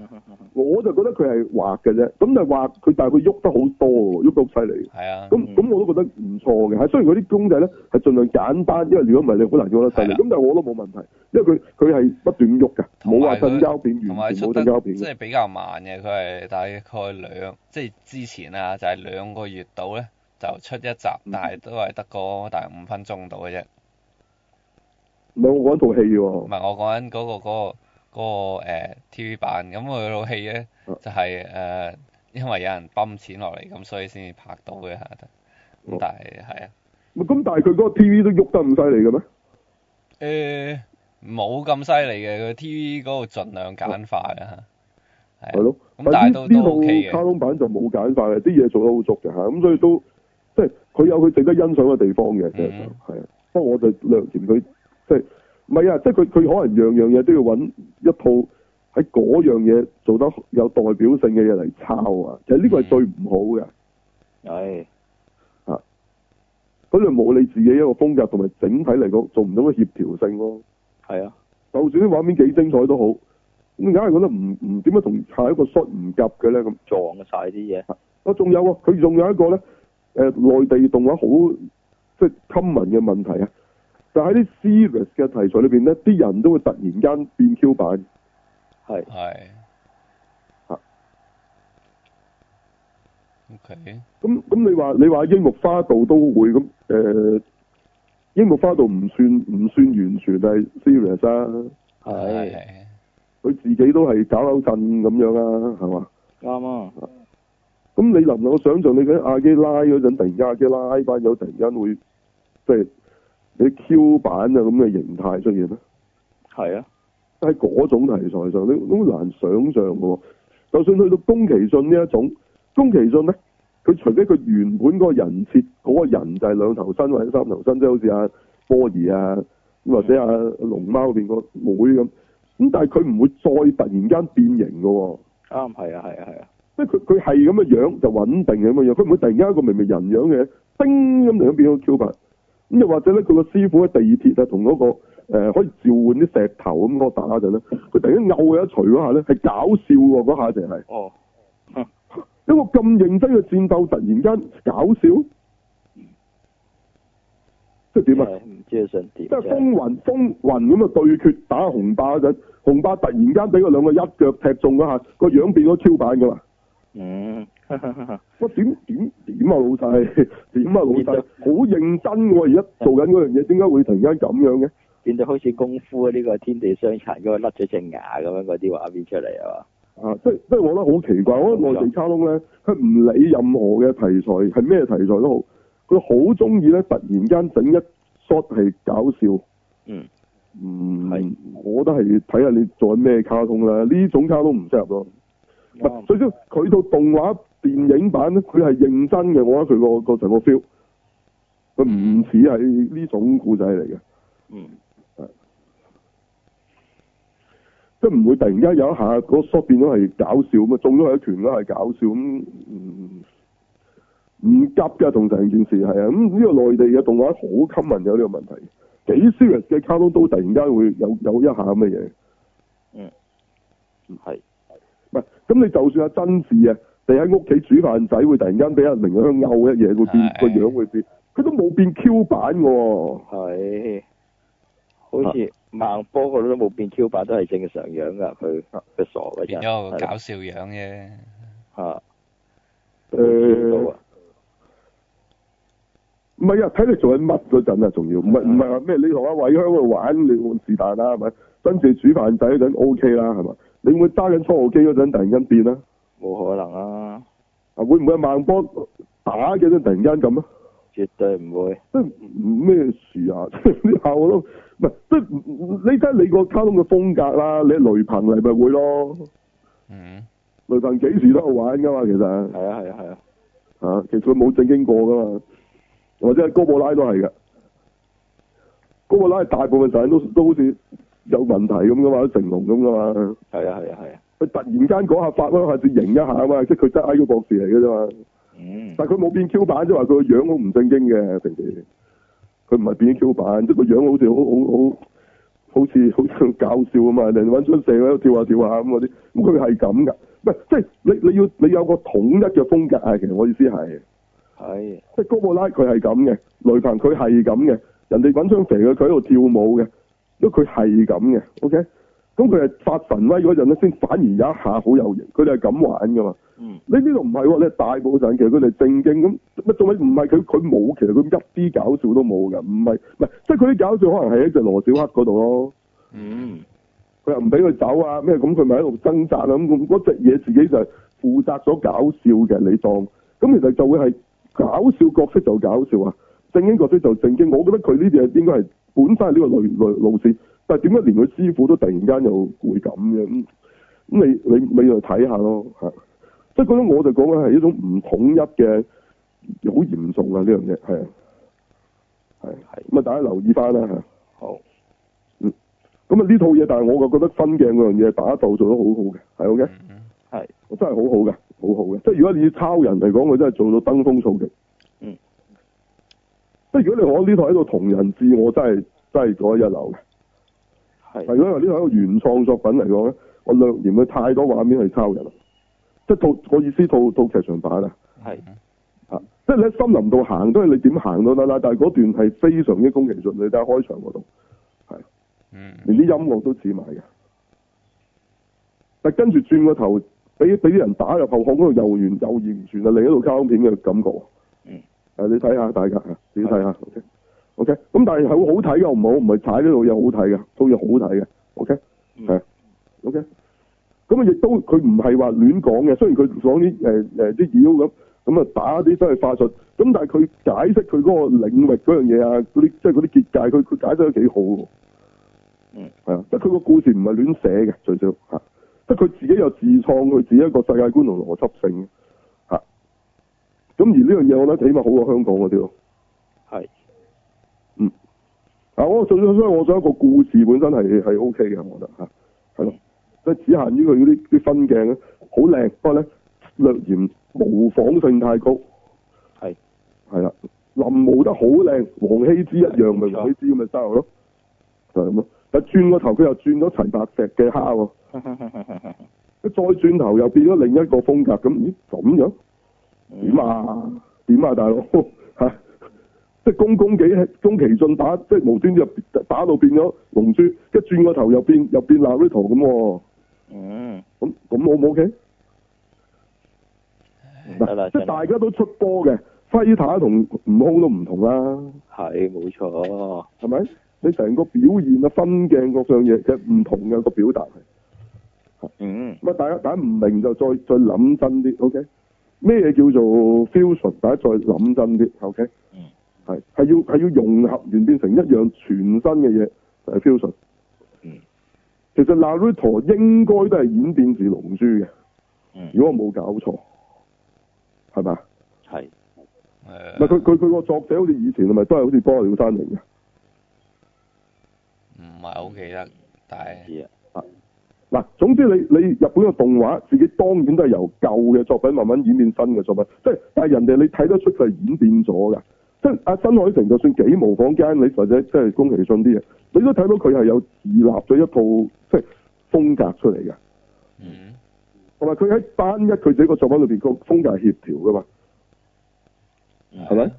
我就覺得佢係畫嘅啫，咁但係畫佢，但係佢喐得好多喎，喐得好犀利。
係啊，
咁咁我都覺得唔錯嘅，係雖然嗰啲公仔咧係盡量簡單，因為如果唔係你好難做得細
係
利。
啦
咁但係我覺得冇問題，因為佢佢係不斷喐嘅，
同
冇話
埋佢
震膠片，
同
完
埋
嗯全
出
冇
得
震膠片
即
嘅。
係比較慢嘅，佢係大概兩即係之前啊，就係兩個月到咧就出一集，
嗯
但係都係得個大概五分鐘到嘅啫。
唔係我講套戲
唔
喎，
係我講緊嗰個嗰、個嗰、個、呃、TV 版，咁佢套戲咧
嗯
就係、呃因為有人泵錢落嚟，咁所以先至拍到嘅嚇。咁
哦
但係係啊，
咁但係佢嗰個 TV 都喐得咁犀利嘅咩？
誒呃冇咁犀利嘅，佢 TV 嗰度盡量簡化啦嚇。
係
係啊，
咯，
咁但係都
呢呢
都 OK 嘅
套卡通版就冇簡化嘅，啲嘢做得好足嘅嚇，咁所以都即係佢有佢值得欣賞嘅地方
嗯
嘅，其實上係啊。不過我就略嫌佢即係唔係啊，即係佢佢可能樣樣嘢都要揾一套喺嗰樣嘢做得有代表性嘅嘢嚟抄啊，其實呢個係最唔好嘅。
唉，
佢哋冇你自己一個風格同埋整體嚟講做唔到個協調性咯。
係啊，
就算啲畫面幾精彩都好，咁硬係覺得唔唔點解同下一個 shot 唔夾嘅咧咁。
撞晒啲嘢，
啊，仲有啊，佢仲有一個咧，誒、內地動畫好即係 common 嘅問題啊，就喺啲 serious 嘅題材裏邊咧，啲人都會突然間變 Q 版，
係
係。
啊
OK，
咁咁你話你話櫻木花道都會咁誒、呃櫻木花道唔算唔算完全係 serious 啊，
係
係
佢自己都係搞搞震咁樣啊，係嘛？
啱啊，
咁你能唔能夠想象你喺阿基拉嗰陣，突然間阿基拉班友突然間會即係你 Q 版啊咁嘅形態出現咧？
係啊，
喺嗰種題材上，你都好難想像嘅喎。就算去到宮崎駿呢一種，宮崎駿咧，佢除非佢原本嗰個人設嗰、個人就係兩頭身或者三頭身，即係好似阿波兒啊，咁或者阿龍貓嗰邊個妹咁。咁但係佢唔會再突然間變形嘅喎，
啱係啊，係啊，係啊，
即係佢佢係咁嘅樣就穩定咁嘅樣，佢唔會突然間一個明明人樣嘅，叮咁突然間變咗 Q 版。咁又或者咧，佢個師傅喺地鐵啊，同嗰、個、呃、可以召喚啲石頭咁嗰個打嗰陣咧，佢突然間拗佢一錘嗰下咧，係搞笑喎嗰下就係
哦，
一個咁認真嘅戰鬥，突然間搞笑，即係點啊？
真係唔知佢想點
即係
啫，
風雲風雲咁啊對決打紅霸嗰陣，紅霸突然間俾佢兩個一腳踢中嗰下，個樣變咗 Q 版噶嘛？
嗯，
我點點點啊老細， 點啊老
變咗
細，好認真喎！而家做緊嗰樣嘢，點解會突然間咁樣嘅？
變到好似功夫呢個天地傷殘嗰個甩咗隻牙咁樣嗰啲畫面出嚟啊
啊，即係即係我覺得好奇怪，我覺得內地卡通咧，佢唔理任何嘅題材係咩題材都好，佢好中意咧突然間整一 shot 係搞笑。
嗯。
嗯，
係
我覺得係睇下你做緊咩卡通啦，呢種卡通唔適合咯。唔
嘛，
係，最少佢套動畫電影版咧，佢係認真嘅，我覺得佢個個成個 feel，佢唔似係呢種故仔嚟嘅。
嗯，
即係唔會突然間有一下嗰 shot 變咗係搞笑咁啊，中咗佢一拳嗰下係搞笑咁，嗯唔急㗎，同成件事係啊，咁呢個內地嘅動畫好 common 有呢個問題，幾 serious 嘅卡通都突然間會有有一下咁嘅嘢，
係
唔係咁你就算阿真嗣啊，你喺屋企煮飯仔會突然間俾人明香勾一嘢會變
係
個樣會變，佢都冇變 Q 版嘅喎，
係，好似孟波嗰度都冇變 Q 版，都係正常樣噶，佢
啊
佢傻嘅
變
啫，
咗個
係
搞笑樣啫。
嚇，
誒
到啊，
唔係啊，睇你做緊乜嗰陣啊，仲要唔係唔係話咩？你同阿偉香喺度玩，你是但啦，係咪？真正煮飯仔嗰陣 O K 啦，係咪？你會唔會揸緊初號機嗰陣突然間變啊？
冇可能啊，
啊，會唔會係孟波打嘅陣突然間咁啊？
絕對唔會，
即係咩事啊？ 呢下我都唔係，即係你睇下你個卡通嘅風格啦。你雷朋嚟咪會咯，
嗯，
雷朋幾時都有玩噶嘛，其實
係啊係啊係啊，
啊，其實佢冇正經過噶嘛，或者係哥布拉都係嘅，哥布拉大部分時間都都好似有問題咁噶嘛，成龍咁噶嘛，
係啊係啊係啊，
佢突然間嗰下發威下至型一下啊嘛，即係佢真係 IQ 博士嚟嘅啫嘛，
嗯，
但係佢冇變 Q 版啫嘛，佢個樣好唔正經嘅平時，佢唔係變咗 Q 版，即係個樣好似好好好好似好似搞笑咁啊！人哋揾張蛇喺度跳下跳下咁嗰啲，咁佢係咁噶，唔係即係你你要你有個統一嘅風格啊！其實我意思係，
係
即係哥布拉佢係咁嘅，雷鵬佢係咁嘅，人哋揾張肥佢佢喺度跳舞嘅，因為佢係咁嘅，OK。咁佢係發神威嗰陣咧，先反而有一下好有型，佢哋係咁玩噶嘛。
嗯
你呢度唔係喎，你係大部分其實佢哋正經咁，乜仲唔係佢佢冇，其實佢一啲搞笑都冇㗎，唔係唔係，即係佢啲搞笑可能係喺只羅小黑嗰度咯，
嗯
佢又唔俾佢走啊咩咁，佢咪喺度掙扎啊咁咁嗰隻嘢自己就係負責咗搞笑嘅，你當咁其實就會係搞笑角色就搞笑啊，正經角色就正經，我覺得佢呢啲嘢應該係本身係呢個路路路線，但係點解連佢師傅都突然間又會咁嘅咁？咁你你你就睇下咯嚇，即係嗰種我就講緊係一種唔統一嘅，好嚴重啊呢樣嘢係啊，係
係
咁啊大家留意翻啦嚇。
好
咁啊呢套嘢，但係我就覺得分鏡嗰樣嘢打鬥做得好好嘅，係 OK，
嗯嗯
係
我真係好好嘅，好好嘅。即係如果你以抄人嚟講，佢真係做到登峰造極。
嗯。
即係如果你我呢套喺度同人誌，我真係真係嗰一流嘅。係
係
因為呢個係一個原創作品嚟講咧，我略嫌佢太多畫面去抄人啦，即係套我意思套套劇場版啊，
係
啊，即係你喺森林度行都係你點行都得啦，但係嗰段係非常之宮崎駿，你睇下開場嗰度，
嗯
連啲音樂都似埋嘅，但跟住轉個頭，俾俾啲人打入後巷嗰度又完又完全係另一套卡通片嘅感覺喎。
嗯
誒，你睇下大家啊，自己睇下，OK OK，咁但係係好好睇嘅，唔好唔係踩呢度嘢好睇嘅，套嘢好睇嘅，OK。
嗯
係 OK，咁啊亦都佢唔係話亂講嘅，雖然佢講啲誒誒啲妖咁，咁啊打啲真係法術，咁但係佢解釋佢嗰個領域嗰樣嘢啊，嗰啲即係嗰啲結界，佢佢解釋得幾好喎。
嗯，
係啊，即係佢個故事唔係亂寫嘅，最少嚇，即係佢自己有自創佢自己一個世界觀同邏輯性嘅嚇。咁而呢樣嘢，我覺得起碼好過香港嗰啲咯。
係
啊，我最所以我想一個故事本身係係 O K 嘅，我覺得嚇，係咯，即係只限於佢嗰啲啲分鏡咧，好靚，不過咧略嫌模仿性太高，
係
係啦，臨摹得好靚，黃羲之一樣咪黃羲之咁嘅 style 咯，就係咁咯。但轉個頭佢又轉咗齊白石嘅蝦喎，一再轉頭又變咗另一個風格，咁咦咁樣？點啊？點啊，大佬 嚇！即係公公幾宮崎駿打，即係無端端入打到變咗龍珠，一轉個頭又變又變 Naruto 咁喎，
嗯
咁咁好唔 OK？
得啦
即
真係
係大家都出波嘅，輝塔同悟空都唔同啦，
係冇錯
係咪？你成個表現啊、分鏡各樣嘢，其實唔同嘅個表達係。
嗯
咁啊，大家大家唔明就再再諗真啲，OK？咩嘢叫做 fusion？大家再諗真啲，OK？
嗯
係係要係要融合完變成一樣全新嘅嘢，就係 fusion。
嗯
其實 Naruto 應該都係演變自龍珠嘅，
嗯
如果我冇搞錯，係咪啊？
係
誒
唔係佢佢佢個作者好似以前係咪都係好似波鳥山明嘅？
呃唔係好記得，但
唔
係
知啊
嗱，總之你你日本嘅動畫自己當然都係由舊嘅作品慢慢演變新嘅作品，即係但係人哋你睇得出佢係演變咗㗎。即係阿新海誠就算幾模仿間你或者即係宮崎駿啲嘢，你都睇到佢係有自立咗一套即係風格出嚟嘅，
嗯
同埋佢喺單一佢自己個作品裏邊個風格係協調㗎嘛，係咪？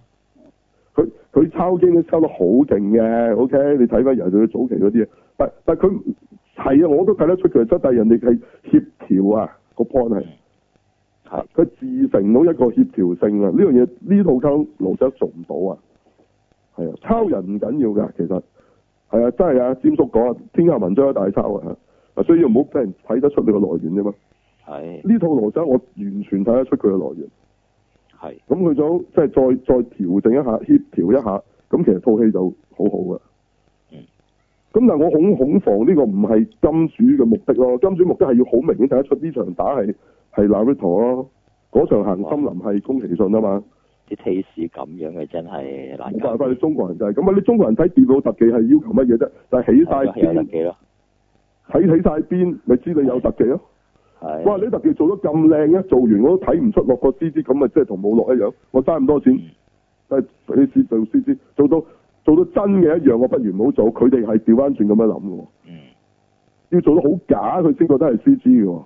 佢佢抄經都抄得好勁嘅，OK？你睇翻人哋佢早期嗰啲嘢，但但佢唔係啊，我都睇得出佢係真，但係人哋係協調啊個 point 係。
係
啊佢自成到一個協調性啊！呢樣嘢呢套溝羅輯做唔到啊，係啊，抄人唔緊要㗎，其實係啊，真係啊，詹叔講啊，天下文章都大抄啊，啊，所以唔好俾人睇得出你個來源啫嘛。
係
呢套羅輯我完全睇得出佢嘅來源，
係
咁佢就即係再再調整一下，協調一下，咁其實套戲就好好㗎。
嗯
咁但係我恐恐防呢個唔係金主嘅目的咯，金主目的係要好明顯睇得出呢場打係係 Naruto 咯，嗰場行森林係宮崎駿啊嘛。
啲 taste 咁樣嘅真係啊難
冇
搞
辦，法，你中國人就係咁啊！你中國人睇電腦特技係要求乜嘢啫？就係起
係咯啊係
晒
有得
邊，
幾咯，
睇起晒邊，咪知你有特技咯。
係
哇！你特技做得咁靚嘅，做完我都睇唔出落個啊 C G，咁咪即係同冇落一樣。我嘥咁多錢，
嗯
但係你試做 C G，做到做到真嘅一樣，我不如唔好做。佢哋係調翻轉咁樣諗嘅喎，
嗯
要做到好假佢先覺得係 C G 嘅喎。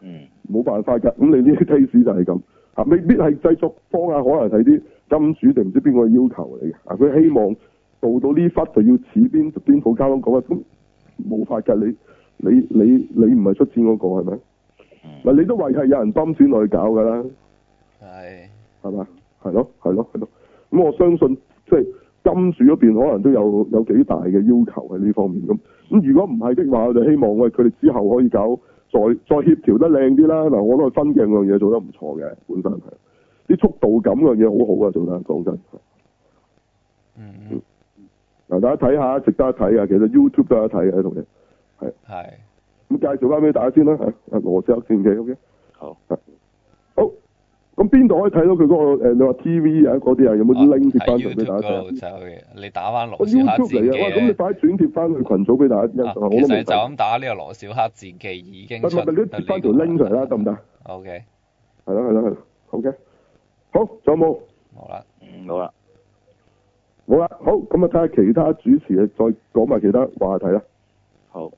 嗯
冇辦法㗎。咁你呢啲 case 就係咁嚇，未必係製作方啊，可能係啲金主定唔知邊個要求嚟嘅啊。佢希望做到呢忽就要似邊邊套交通講啊，咁冇法㗎。你你你你唔係出錢嗰、個係咪？
嗯，
嗱，你都話係有人抌錢落去搞㗎啦，
係
係嘛？係咯，係咯，係咯。咁我相信即係金主嗰邊可能都有有幾大嘅要求喺呢方面咁。咁如果唔係的話，我就希望喂佢哋之後可以搞再再協調得靚啲啦。嗱，我都係分鏡嗰樣嘢做得唔錯嘅，本身係啲速度感嗰樣嘢好好啊，做得講真。
嗯
嗱，大家睇下，值得一睇啊！其實 YouTube 都有得睇嘅呢套嘢。
係
咁介紹翻俾大家先啦，嚇，啊羅斯克戰記 OK。
好，
好，咁邊度可以睇到佢嗰、個、誒你話 TV 啊嗰啲啊，有冇啲 link 貼翻上
喺
俾
YouTube
大家
嗰
睇
度
啊？
就你打翻
我
羅小
YouTube
黑
嚟
戰
啊！喂，咁你
記
快啲轉貼翻去群組俾大家欣
咧，
賞，
啊
我
其
都
實
冇
就咁打呢個羅小黑戰記已經
唔
出
係
得
你都貼翻條 link 出嚟啦，得唔得？
O K，
係啦係啦係啦，OK。好，仲有冇？
好啦，
嗯好啦，
冇啦。好，咁啊睇下其他主持啊，再講埋其他話題啦。
好，